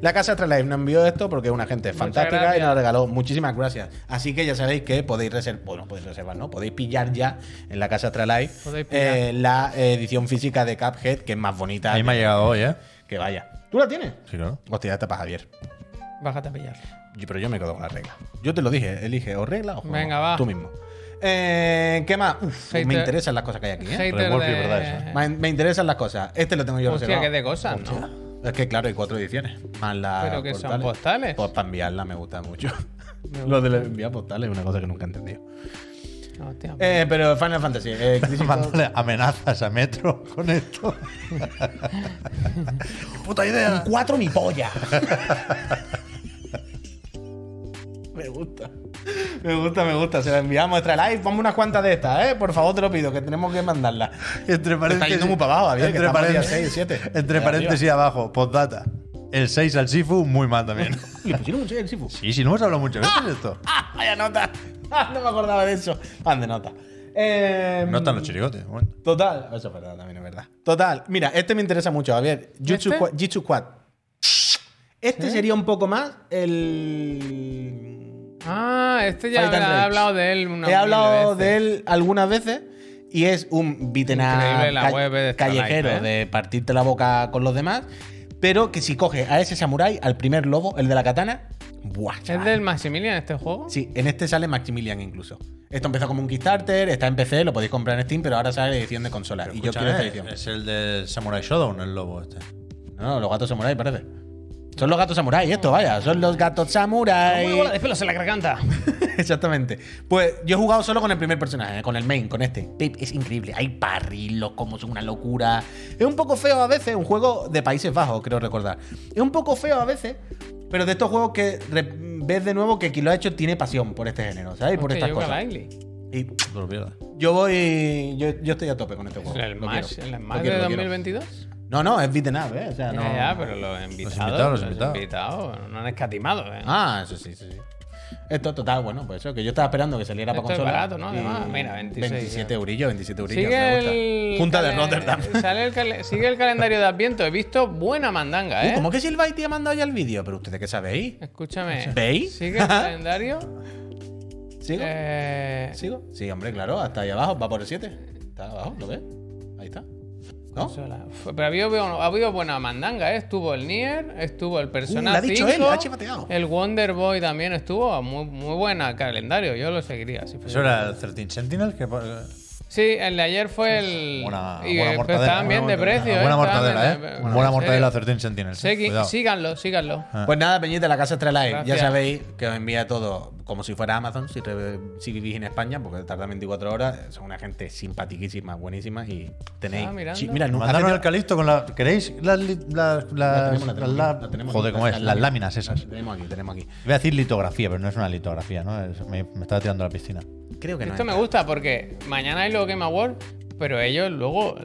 S1: La casa Astralife nos envió esto porque es una gente
S2: Muchas
S1: fantástica y
S2: gracias.
S1: nos la regaló. Muchísimas gracias. Así que ya sabéis que podéis reservar, bueno, podéis reservar, ¿no? Podéis pillar ya en la casa Astralife
S2: Podéis pillar.
S1: eh, la eh, edición física de Cuphead, que es más bonita.
S3: A mí me ha llegado hoy, ¿eh?
S1: Que vaya. ¿Tú la tienes?
S3: Sí, claro.
S1: Hostia, esta para Javier.
S2: Bájate a pillar.
S1: Yo- pero yo me quedo con la regla. Yo te lo dije, elige o regla o juego.
S2: Venga, va.
S1: Tú mismo. Eh, ¿Qué más? Uf,
S2: Hater.
S1: me interesan las cosas que hay aquí, ¿eh?
S2: Hater
S3: Remorque,
S2: de...
S3: ¿verdad, eso?
S2: ¿eh?
S1: Me, me interesan las cosas. Este lo tengo yo
S2: Hostia,
S1: reservado.
S2: qué de cosas, ¿no?
S1: Es que claro, hay cuatro ediciones. Más las
S2: Pero que son postales.
S1: Pues para enviarla me gusta mucho. Lo de enviar postales es una cosa que nunca he entendido.
S2: Hostia,
S1: Eh, pero Final Fantasy. eh, Crisis Core-
S3: Mándale amenazas a Metro con esto. ¡Qué puta idea!
S1: cuatro mi polla. me gusta. Me gusta, me gusta. Se la enviamos extra live. Ponme unas cuantas de estas, ¿eh? Por favor, te lo pido, que tenemos que mandarlas.
S3: Entre
S1: Está
S3: paréntesis.
S1: yendo muy para abajo, Javier, que
S3: entre
S1: estamos día
S3: paréntesis,
S1: seis, siete.
S3: entre
S1: Ya,
S3: paréntesis abajo, postdata. El 6 al Sifu, muy mal también.
S1: Y le pusieron mucho el Sifu.
S3: sí, sí, no hemos hablado muchas veces de esto.
S1: ¡Ah! ¡Vaya nota! Ah, no me acordaba de eso. Pan de nota. Eh,
S3: No están los chirigotes. Bueno.
S1: Total. Eso es verdad, también es verdad. Total. Mira, este me interesa mucho, Javier. Jutsu
S2: ¿Este?
S1: Quad. Jitsu Quad. Este sería un poco más el.
S2: Ah, este ya
S1: Fight and
S2: habla- he
S1: Rage.
S2: hablado de él una
S1: He hablado
S2: mil veces.
S1: de él algunas veces y es un beaten up
S2: Increíble la
S1: ca-
S2: web de Starlight,
S1: callejero
S2: ¿eh?
S1: de partirte la boca con los demás. Pero que si coges a ese samurái, al primer lobo, el de la katana, ¡buah!
S2: ¿Es
S1: chaval.
S2: del Maximilian este juego?
S1: Sí, en este sale Maximilian incluso. Esto empezó como un Kickstarter, está en PC, lo podéis comprar en Steam, pero ahora sale edición de consola. y yo
S2: eh,
S1: quiero esta edición.
S3: eh, es el de Samurai Shodown, el lobo este.
S1: No, no, los gatos samuráis parece. Son los gatos samuráis, esto, vaya. Son los gatos
S2: Muy bola
S1: samuráis.
S2: de pelos en la garganta.
S1: Exactamente. Pues yo he jugado solo con el primer personaje, con el main, con este. Pip, es increíble. Hay parry, los combos son una locura. Es un poco feo a veces, un juego de Países Bajos, creo recordar. Es un poco feo a veces, pero de estos juegos que re- ves de nuevo que quien lo ha hecho tiene pasión por este género, ¿sabes? Y por
S2: Hostia,
S1: estas
S2: Yooka
S1: cosas.
S2: Laili.
S1: Y
S3: No te lo pierdas.
S1: yo voy. Yo, yo estoy a tope con este juego.
S2: ¿El
S1: Lo
S2: Smash,
S1: quiero.
S2: el
S1: Lo
S2: Smash
S1: quiero,
S2: de
S1: lo quiero.
S2: 2022?
S1: No, no, es beaten up, ¿eh? O sea, no.
S2: Ya, ya, pero los invitados.
S3: invitados, los
S2: los
S3: invitados.
S2: invitados, No han escatimado, ¿eh?
S1: Ah, eso sí, sí, sí. Esto total, bueno, pues eso, que yo estaba esperando que saliera
S2: Esto
S1: para
S2: es
S1: consola.
S2: barato, ¿no?
S1: y
S2: Además, mira, 26,
S1: 27
S2: ya.
S1: eurillos, 27 eurillos. me gusta.
S2: Sigue el.
S1: Junta de
S2: calen-
S1: Rotterdam.
S2: sale el calen- sigue el calendario de Adviento. He visto buena mandanga, ¿eh?
S1: Uh, ¿Cómo que Silvaiti ha mandado ya el vídeo? Pero ustedes qué sabéis.
S2: Escúchame.
S1: ¿Veis?
S2: Sigue el calendario.
S1: ¿Sigo?
S2: eh,
S1: ¿Sigo? Sí, hombre, claro, hasta ahí abajo, va por el 7. Está abajo, ¿lo ves? Ahí está. ¿No?
S2: consola. Uf, Pero ha habido, ha habido buena mandanga, ¿eh? Estuvo el Nier, estuvo el Persona
S1: Uh, lo ha dicho
S2: 5,
S1: él, ha chivateado.
S2: El Wonder Boy también estuvo. Muy, muy buena calendario. Yo lo seguiría. Si fuese.
S3: Eso era el 13 Sentinel. Que... pues,
S2: Sí, el de ayer fue el.
S3: Buena,
S2: y,
S3: buena
S2: eh,
S3: mortadela.
S2: estaban bien
S3: buena
S2: de precio,
S3: mortadela, Buena
S2: eh, estaban
S3: mortadela,
S2: bien de-
S3: ¿eh? Buena
S2: en
S3: mortadela
S2: serio.
S3: 13 Sentinel. sí,
S2: Segui-
S3: cuidado.
S2: síganlo, síganlo.
S3: Ah.
S1: Pues nada, Peñita, la casa Extra Live. Ya
S2: Gracias.
S1: sabéis que os envía todo como si fuera Amazon, si, re- si vivís en España, porque tarda 24 horas. Son una gente simpatiquísima, buenísima y tenéis.
S2: Estaba Ah, mirando.
S1: Sí, mira, nu-
S3: Mandaron
S1: hace-
S3: al Calixto con la. ¿Queréis las. li- las, las,
S1: La tenemos, la tenemos,
S3: las-
S1: la tenemos
S3: joder,
S1: aquí,
S3: ¿cómo
S1: las-
S3: es?
S1: las
S3: Las láminas esas.
S1: la tenemos aquí, la tenemos aquí.
S3: Voy a decir litografía, pero no es una litografía, ¿no? Es- me, me estaba tirando a la piscina.
S1: Creo que no.
S2: Esto me
S1: entra.
S2: gusta porque mañana hay luego Game Awards, pero ellos luego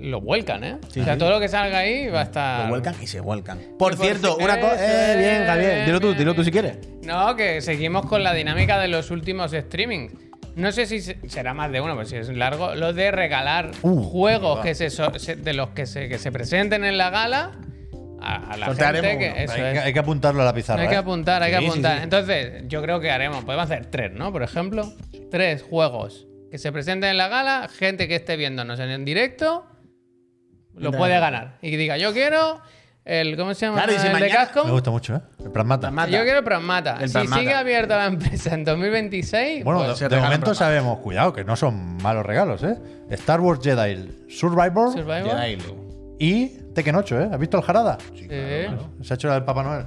S2: lo vuelcan, ¿eh?
S1: Sí,
S2: o sea,
S1: sí.
S2: todo lo que salga ahí va a estar.
S1: Lo vuelcan y se vuelcan. Por
S2: Y por
S1: cierto,
S2: Pues si- eh,
S1: una cosa.
S2: eso
S1: Eh, bien,
S2: es,
S1: Javier. Dilo tú,
S2: bien,
S1: dilo tú si
S2: bien.
S1: quieres.
S2: No, que seguimos con la dinámica de los últimos streamings. No sé si se- será más de uno, pues si es largo. Lo de regalar
S3: Uh,
S2: juegos
S3: va.
S2: que se, so- se- de los que se, que se presenten en la gala a, a la
S1: Sortearemos
S2: gente. Que,
S1: uno.
S2: eso
S3: hay,
S2: es.
S3: que, hay que apuntarlo a la
S2: No
S3: pizarra.
S2: hay que
S3: ¿eh?
S2: apuntar, hay que
S1: Sí, sí,
S2: apuntar.
S1: sí.
S2: Entonces, yo creo que haremos, podemos hacer tres, ¿no? Por ejemplo, tres juegos que se presenten en la gala, gente que esté viéndonos en el directo lo
S1: Dale.
S2: puede ganar. Y diga, yo quiero el, ¿cómo se llama?
S1: Claro, y si
S2: el de
S1: mañana-
S2: Capcom.
S3: Me gusta mucho, ¿eh? El Pragmata.
S1: Pragmata.
S2: Yo quiero Pragmata.
S1: El
S2: si
S1: Pragmata.
S2: sigue abierta la empresa en 2026,
S3: Bueno,
S2: pues,
S3: de,
S1: se
S3: de
S1: regala
S3: momento
S1: Pragmata.
S3: sabemos, cuidado, que no son malos regalos, ¿eh? Star Wars Jedi Survivor
S2: Survivor.
S1: Jedi Lu.
S3: y Tekken 8, ¿eh? ¿Has visto el Jarada?
S2: Sí.
S3: Se ha hecho el Papá Noel.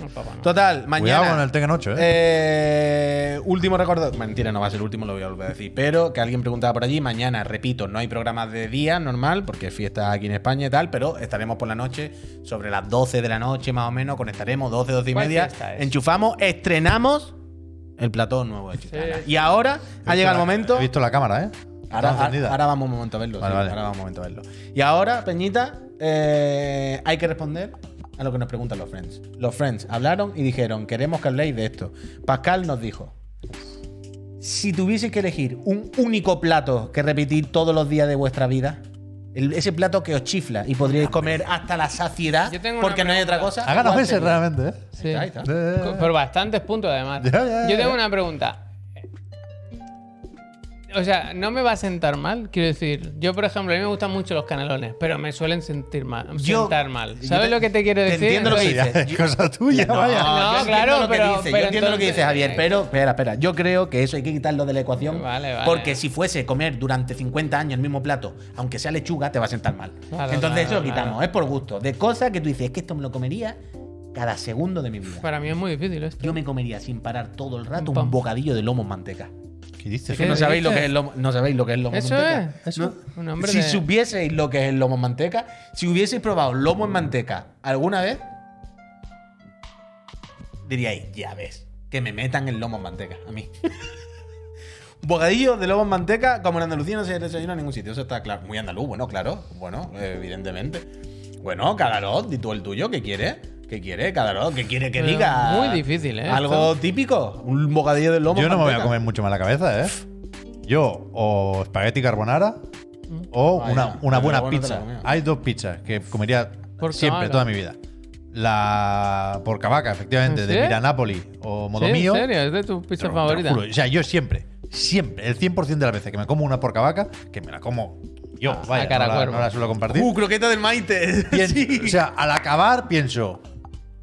S2: No, papá, no.
S1: Total, mañana.
S3: Cuidado con el Tekken 8, ¿eh?
S1: Eh, último recuerdo. Mentira, no va a ser el último, lo voy a volver a decir. Pero que alguien preguntaba por allí. Mañana, repito, no hay programas de día normal, porque es fiesta aquí en España y tal. Pero estaremos por la noche, sobre las 12 de la noche más o menos. Conectaremos 12, 12 y
S2: ¿Cuál
S1: media.
S2: fiesta es?
S1: Enchufamos, estrenamos el plató nuevo de Chiclana.
S2: Sí.
S1: Y ahora ha llegado el momento.
S3: He visto la cámara, ¿eh?
S1: Ahora,
S3: Está encendida.
S1: ahora vamos un momento a verlo.
S3: Vale,
S1: sí,
S3: vale.
S1: Ahora vamos un momento a verlo. Y ahora, Peñita, eh, hay que responder a lo que nos preguntan los friends. Los friends hablaron y dijeron, queremos que habléis de esto. Pascal nos dijo, si tuvieseis que elegir un único plato que repetir todos los días de vuestra vida, El- ese plato que os chifla y podríais comer hasta la saciedad
S2: Yo tengo una
S1: porque no hay otra
S2: pregunta.
S1: cosa.
S3: Ha ganado
S1: ¿cuál
S3: ese
S1: sería?
S3: realmente, ¿eh?
S2: Sí.
S1: Ahí está, ahí está.
S3: Eh,
S2: Por bastantes puntos, además.
S3: Ya, ya, ya,
S2: Yo tengo
S3: ya.
S2: una pregunta. O sea, no me va a sentar mal, quiero decir. Yo, por ejemplo, a mí me gustan mucho los canelones, pero me suelen sentir mal,
S1: Yo-
S2: sentar mal.
S1: yo
S2: ¿Sabes
S1: te-
S2: lo que te quiero
S1: te
S2: decir?
S1: entiendo lo que
S2: Entonces,
S3: Ya, es cosa tuya,
S1: No,
S3: vaya.
S2: No,
S1: yo entiendo
S2: claro,
S1: lo que
S2: pero-
S1: dices,
S2: pero
S1: yo entiendo lo que
S2: entonces- eh.
S1: dice Javier, pero espera, espera, yo creo que eso hay que quitarlo de la ecuación
S2: Vale, vale.
S1: porque si fuese comer durante 50 años el mismo plato, aunque sea lechuga, te va a sentar mal.
S2: Claro,
S1: Entonces
S2: claro,
S1: eso lo quitamos,
S2: claro.
S1: es por gusto, de cosas que tú dices, es que esto me lo comería cada segundo de mi vida.
S2: Para mí es muy difícil esto.
S1: Yo me comería sin parar todo el rato
S2: Un pan.
S1: un bocadillo de lomo en manteca.
S3: ¿Qué dices?
S2: ¿Qué?
S1: No sabéis lo
S2: dices?
S1: que es el lomo, no sabéis lo que es el lomo en
S2: Eso
S1: manteca.
S2: es, eso
S1: No.
S2: es. Un hombre
S1: si
S2: de-
S1: supieseis lo que es el lomo en manteca, si hubieseis probado lomo en manteca alguna vez, diríais, ya ves, que me metan el lomo en manteca a mí. Un Bocadillo de lomo en manteca, como en Andalucía no se desayuna en ningún sitio, eso está claro. Muy andaluz, bueno, claro, bueno, evidentemente. Bueno, Cadarot, di tú el tuyo, ¿qué quiere? ¿Qué quiere, Cadarot? ¿Qué quiere que
S2: Pero
S1: diga?
S2: muy difícil, ¿eh?
S1: Algo típico, un bocadillo de lomo
S3: Yo
S1: en
S3: no me voy a
S1: manteca.
S3: comer mucho más la cabeza, ¿eh? Yo, o espagueti carbonara, o
S1: Ah,
S3: una,
S1: ya.
S3: una
S1: Pero bueno, te
S3: buena
S1: la
S3: pizza.
S1: comías.
S3: Hay dos pizzas que comería
S2: Por
S3: siempre,
S2: Cavaca.
S3: toda mi vida. La por Cavaca, efectivamente,
S2: ¿En
S3: de
S2: serio?
S3: Miranápolis o
S2: ¿Sí?
S3: Modomío.
S2: ¿En serio? ¿Es de tus pizzas
S3: Te lo
S2: favoritas?
S3: juro. O sea, yo siempre, siempre, el 100% de las veces que me como una porca vaca, que me la como yo,
S1: Ah,
S3: vaya, no
S2: cara
S3: la,
S2: cuervo.
S3: no la suelo compartir.
S1: Uh, croqueta del maite.
S3: Pienso- O sea, al acabar pienso,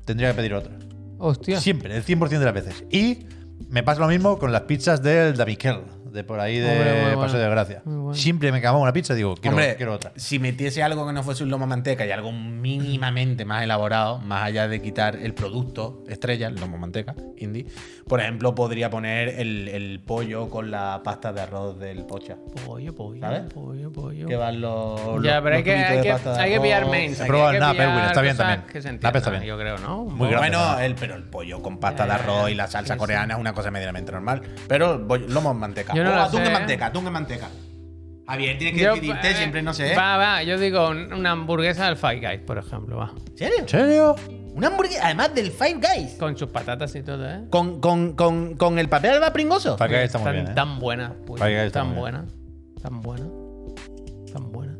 S3: tendría que pedir otra.
S2: Hostia.
S3: Siempre, el 100% de las veces. Y me pasa lo mismo con las pizzas del Damiquel, de por ahí de
S2: Hombre, muy bueno.
S3: Paseo de Gracia.
S2: Muy bueno.
S3: Siempre me acababa una pizza y digo, quiero,
S1: Hombre,
S3: quiero otra.
S1: si metiese algo que no fuese un lomo a manteca y algo mínimamente más elaborado, más allá de quitar el producto estrella, el lomo a manteca, indie, por ejemplo, podría poner el, el pollo con la pasta de arroz del pocha.
S2: Pollo, pollo,
S1: ¿Sabes?
S2: pollo, pollo.
S1: Que van los.
S2: ya,
S1: los-
S2: pero
S1: los
S2: hay que,
S1: cubitos de
S2: hay que,
S1: pasta de
S2: hay que
S1: arroz.
S2: pillar mains.
S3: He
S2: aquí,
S3: probado
S2: hay
S3: el
S2: que
S3: Nap, eh,
S2: pillar
S3: Will, está bien
S2: cosas
S3: también.
S2: que se
S3: Nap
S2: entiendan,
S3: está bien.
S2: Yo creo, ¿no?
S3: Muy grande.
S1: bueno,
S3: también.
S1: el, pero el pollo con pasta
S2: Ya,
S1: de
S2: ya,
S1: arroz y
S2: ya.
S1: la salsa
S2: Sí,
S1: coreana es una cosa medianamente normal. Pero voy- lomo en manteca.
S2: Yo no
S1: O
S2: la
S1: atún
S2: sé,
S1: en
S2: ¿eh?
S1: manteca, atún en manteca. Javier, tienes que
S2: Yo,
S1: decidirte,
S2: eh,
S1: siempre no sé. ¿eh?
S2: Va, va, yo digo un- una hamburguesa del Five Guys, por ejemplo, va.
S1: ¿En serio?
S3: ¿En serio?
S1: Una hamburguesa, además del Five Guys.
S2: Con sus patatas y todo, ¿eh?
S1: Con, con, con, con el papel alba pringoso.
S3: Five Guys está muy
S2: tan,
S3: bien, ¿eh?
S2: tan buena, pues,
S3: Five Guys está
S2: tan
S3: muy
S2: buena, tan buena, tan buena.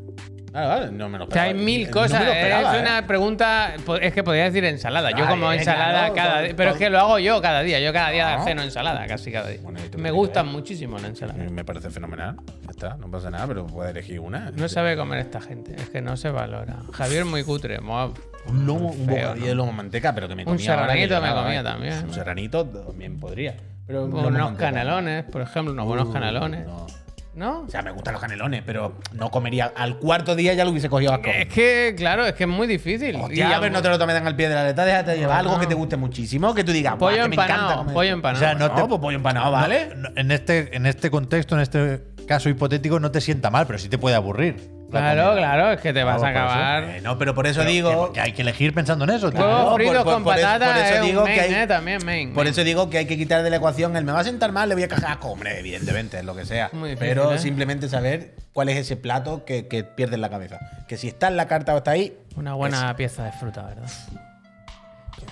S1: Vale, vale, no me lo
S2: O sea, hay mil cosas.
S1: No me lo esperaba,
S2: es
S1: ¿eh?
S2: una pregunta. po- Es que podría decir ensalada. yo
S1: Vale,
S2: como ensalada
S1: claro,
S2: cada
S1: con-
S2: día. Pero es
S1: con-
S2: que lo hago yo cada día. Yo cada día
S1: Ah.
S2: ceno ensalada, casi cada día.
S1: Bueno, ¿y tú qué
S2: Me
S1: quieres?
S3: ¿eh?
S2: gusta muchísimo la ensalada.
S1: Eh, Me parece fenomenal. Ya está, no pasa nada, pero puedes elegir una.
S2: No sabe comer esta gente. Es que no se valora. Javier muy cutre. mo-
S1: Un lomo, un
S2: feo,
S1: bocadillo
S2: ¿no?
S1: de lomo manteca, pero que me
S2: Un
S1: comía. ahora que
S2: serranito me
S1: llegaba,
S2: comía
S1: ¿eh?
S2: también.
S1: Un serranito también podría. Pero
S2: O
S1: lomo
S2: Unos
S1: manteca.
S2: canelones, por ejemplo, unos
S1: Uh,
S2: buenos canelones.
S1: no.
S2: ¿No?
S1: O sea, me gustan los canelones, pero no comería. Al cuarto día ya lo hubiese cogido asco.
S2: Es que, claro, es que es muy difícil. Y
S1: Ya, pero no te lo tomes tan al pie de la letra, déjate llevar algo que te guste muchísimo, que tú digas, "Buah,
S2: Pollo
S1: que me encanta
S2: empanado,
S1: comer
S2: pollo
S1: esto".
S2: empanado.
S3: O sea, no
S1: No,
S3: te-
S1: pues pollo empanado, ¿vale?
S3: No, en, este, en este contexto, en este caso hipotético, no te sienta mal, pero sí te puede aburrir. la
S2: Claro,
S3: comida.
S2: claro, es que te vas a
S3: Claro, por eso.
S2: acabar.
S1: Eh, no, pero por eso
S3: Pero
S1: digo.
S3: que- que hay que elegir pensando en eso, tío.
S2: Huevos
S1: Claro, por-
S2: fritos
S1: por-
S2: con
S1: por eso- por
S2: patatas
S1: eso
S2: es un
S1: digo que
S2: main,
S1: hay-
S2: eh, también main.
S1: Por eso digo que hay que quitar de la ecuación el me va a sentar mal, le voy a cagar asco. Hombre, evidentemente, lo que sea.
S2: Muy difícil,
S1: Pero
S2: ¿eh?
S1: simplemente saber cuál es ese plato que, que pierde en la cabeza. Que si está en la carta o está ahí,
S2: Una buena pieza de fruta, ¿verdad?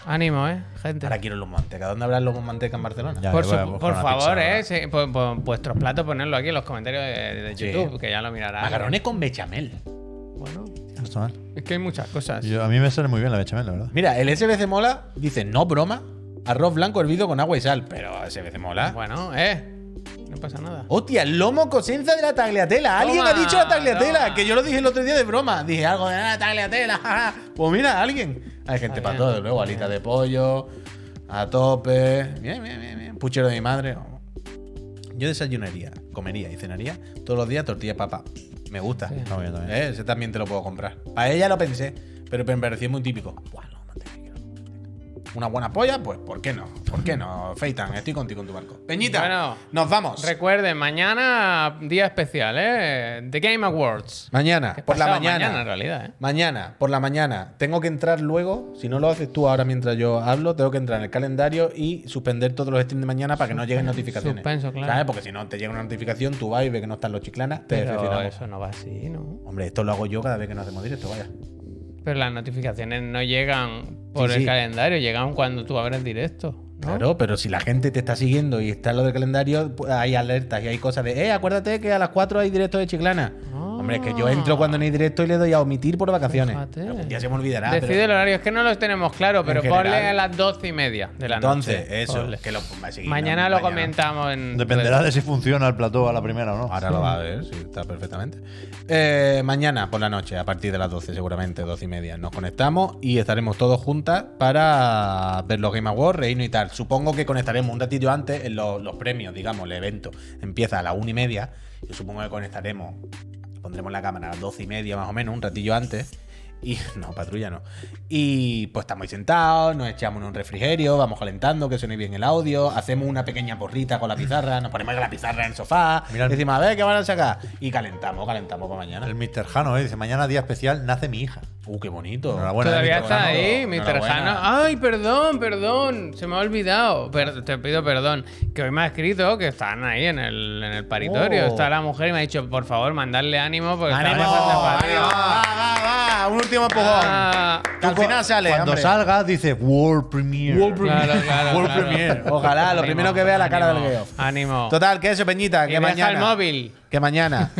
S2: Ánimo, ¿eh, gente?
S1: ahora quiero los manteca. ¿Dónde habrá los manteca en Barcelona?
S3: Ya,
S2: por
S3: yo
S2: su-
S3: voy a buscar
S2: por
S3: una
S2: favor,
S3: pizza.
S2: ¿eh? sí, pu- pu- vuestros platos, ponedlo aquí en los comentarios de, de
S1: Sí.
S2: YouTube, que ya lo mirarás.
S1: Macarrones con bechamel.
S2: Bueno,
S3: No está mal.
S2: es que hay muchas cosas.
S3: Yo- a mí me sale muy bien la bechamel, la verdad.
S1: Mira, el SBC Mola dice, no broma, arroz blanco hervido con agua y sal. Pero SBC Mola.
S2: Bueno, ¿eh? No pasa nada.
S1: Hostia, el lomo cosenza de la tagliatela. Alguien
S2: Toma,
S1: ha dicho la tagliatela,
S2: toma.
S1: que yo lo dije el otro día de broma. Dije algo de la tagliatela. jaja. pues mira, alguien. Hay gente
S2: Está
S1: para
S2: bien,
S1: todo, de luego,
S2: está
S1: alita de pollo, a tope. Bien, bien, bien, bien. Puchero de mi madre. Yo desayunaría, comería y cenaría todos los días tortilla de papa. Me gusta.
S2: Sí.
S3: No, yo también.
S1: Eh, ese también te lo puedo comprar. Para ella lo pensé, pero me pareció muy típico. Buah, no, manteca, quiero manteca. Una buena polla, pues ¿por qué no? ¿Por qué no? Feitan, estoy contigo en tu barco. Peñita,
S2: Bueno,
S1: nos vamos.
S2: Recuerden, mañana día especial, ¿eh? The Game Awards.
S1: Mañana,
S2: Que es
S1: por la
S2: pasado
S1: mañana.
S2: mañana, en realidad, ¿eh?
S1: Mañana, por la mañana. Tengo que entrar luego. Si no lo haces tú ahora mientras yo hablo, tengo que entrar en el calendario y suspender todos los streams de mañana para que no lleguen notificaciones.
S2: suspenso, claro.
S1: ¿Sabes? Porque si no te llega una notificación, tú vas y ves que no están los chiclanas, te
S2: Pero
S1: decepcionamos.
S2: eso no va así, ¿no?
S1: Hombre, esto lo hago yo cada vez que nos hacemos directo, vaya.
S2: Pero las notificaciones no llegan por
S1: Sí,
S2: el
S1: sí.
S2: calendario, llegan cuando tú abres directo. ¿no?
S1: Claro, pero si la gente te está siguiendo y está en lo del calendario, pues, hay alertas y hay cosas de, eh, acuérdate que a las 4 hay directo de chiclana.
S2: Ah.
S1: Hombre, es que yo entro cuando no hay directo y le doy a omitir por vacaciones.
S2: Fíjate.
S1: Algún día se me olvidará. pero-
S2: Decide el horario, es que no los tenemos claro, pero
S1: general.
S2: ponle a las doce y media de la noche.
S1: Entonces, eso.
S2: Ponle.
S1: que lo- sí,
S2: mañana
S1: no,
S2: lo comentamos en.
S3: Dependerá de si funciona el plató a la primera o no.
S1: Ahora lo va a ver, sí, está perfectamente. Eh, mañana por la noche, a partir de las 12, seguramente, 12 y media, nos conectamos y estaremos todos juntas para ver los Game Awards, reírnos y tal. Supongo que conectaremos un ratito antes en los, los premios, digamos, el evento empieza a las 1 y media. Yo supongo que conectaremos, pondremos la cámara a las 12 y media más o menos, un ratillo antes. Y no, patrulla no. Y pues estamos ahí sentados, nos echamos en un refrigerio, vamos calentando, que suene bien el audio, hacemos una pequeña porrita con la pizarra, nos ponemos la pizarra en el sofá,
S3: Mira el-
S1: decimos, a ver qué van a sacar. Y calentamos, calentamos para mañana.
S3: El Mr. Jano eh, dice, mañana día especial, nace mi hija.
S1: Uh, qué bonito.
S3: Enhorabuena.
S2: Todavía
S3: Mr.
S2: está
S3: Jano.
S2: ahí,
S1: Enhorabuena.
S2: Mr. Jano. Ay, perdón, perdón. Se me ha olvidado. Per- te pido perdón. Que hoy me ha escrito que están ahí en el, en el paritorio.
S1: Oh.
S2: Está la mujer y me ha dicho, por favor, mandarle ánimo porque está
S1: ¡Ánimo!
S2: pasando fatal.
S1: ¡Ánimo! ¡Va, va, va! Un último empujón.
S2: Ah,
S1: Que al
S3: Cu-
S1: final sale,
S3: Cuando
S1: hombre.
S3: salga, dice World Premiere.
S1: World Premiere.
S2: claro, claro,
S3: World
S2: claro.
S3: Premiere.
S1: Ojalá, lo primero que vea la cara del
S2: Ánimo,
S1: Geoff.
S2: Ánimo.
S1: Total, que eso, Peñita,
S2: Y
S1: que
S2: deja
S1: mañana.
S2: el móvil.
S1: Que mañana.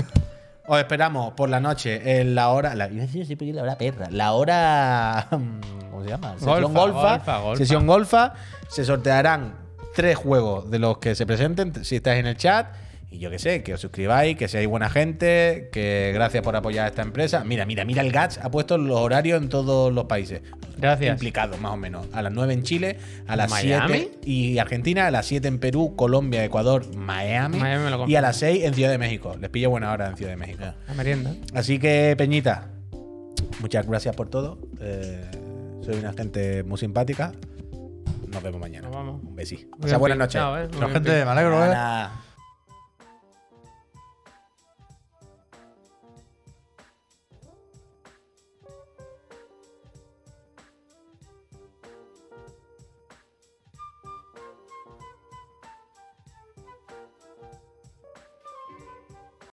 S1: Os esperamos por la noche en la hora. La, yo siempre digo la hora perra. La hora. mm, ¿Cómo se llama? Sesión
S2: Golfa,
S1: golfa.
S2: golfa, golfa.
S1: Sesión golfa. Se sortearán tres juegos de los que se presenten. Si estáis en el chat. Y yo qué sé, que os suscribáis, que seáis buena gente, que gracias por apoyar a esta empresa. Mira, mira, mira, el GATS ha puesto los horarios en todos los países
S2: Gracias.
S1: implicados, más o menos. A las 9 en Chile, a las
S2: ¿Miami?
S1: 7 y Argentina, a las 7 en Perú, Colombia, Ecuador, Miami,
S2: Miami me lo compro.
S1: y a las 6 en Ciudad de México. Les pilla buena hora en Ciudad de México.
S2: La merienda.
S1: Así que, Peñita, muchas gracias por todo. Eh, soy una gente muy simpática. Nos vemos mañana.
S2: Nos vamos.
S1: Un besito.
S2: Muy
S1: O sea,
S2: bien
S1: buenas noches.
S2: pinchado, ¿eh? Muy
S3: Bueno,
S2: bien
S3: gente, me alegro, eh.
S1: Ana.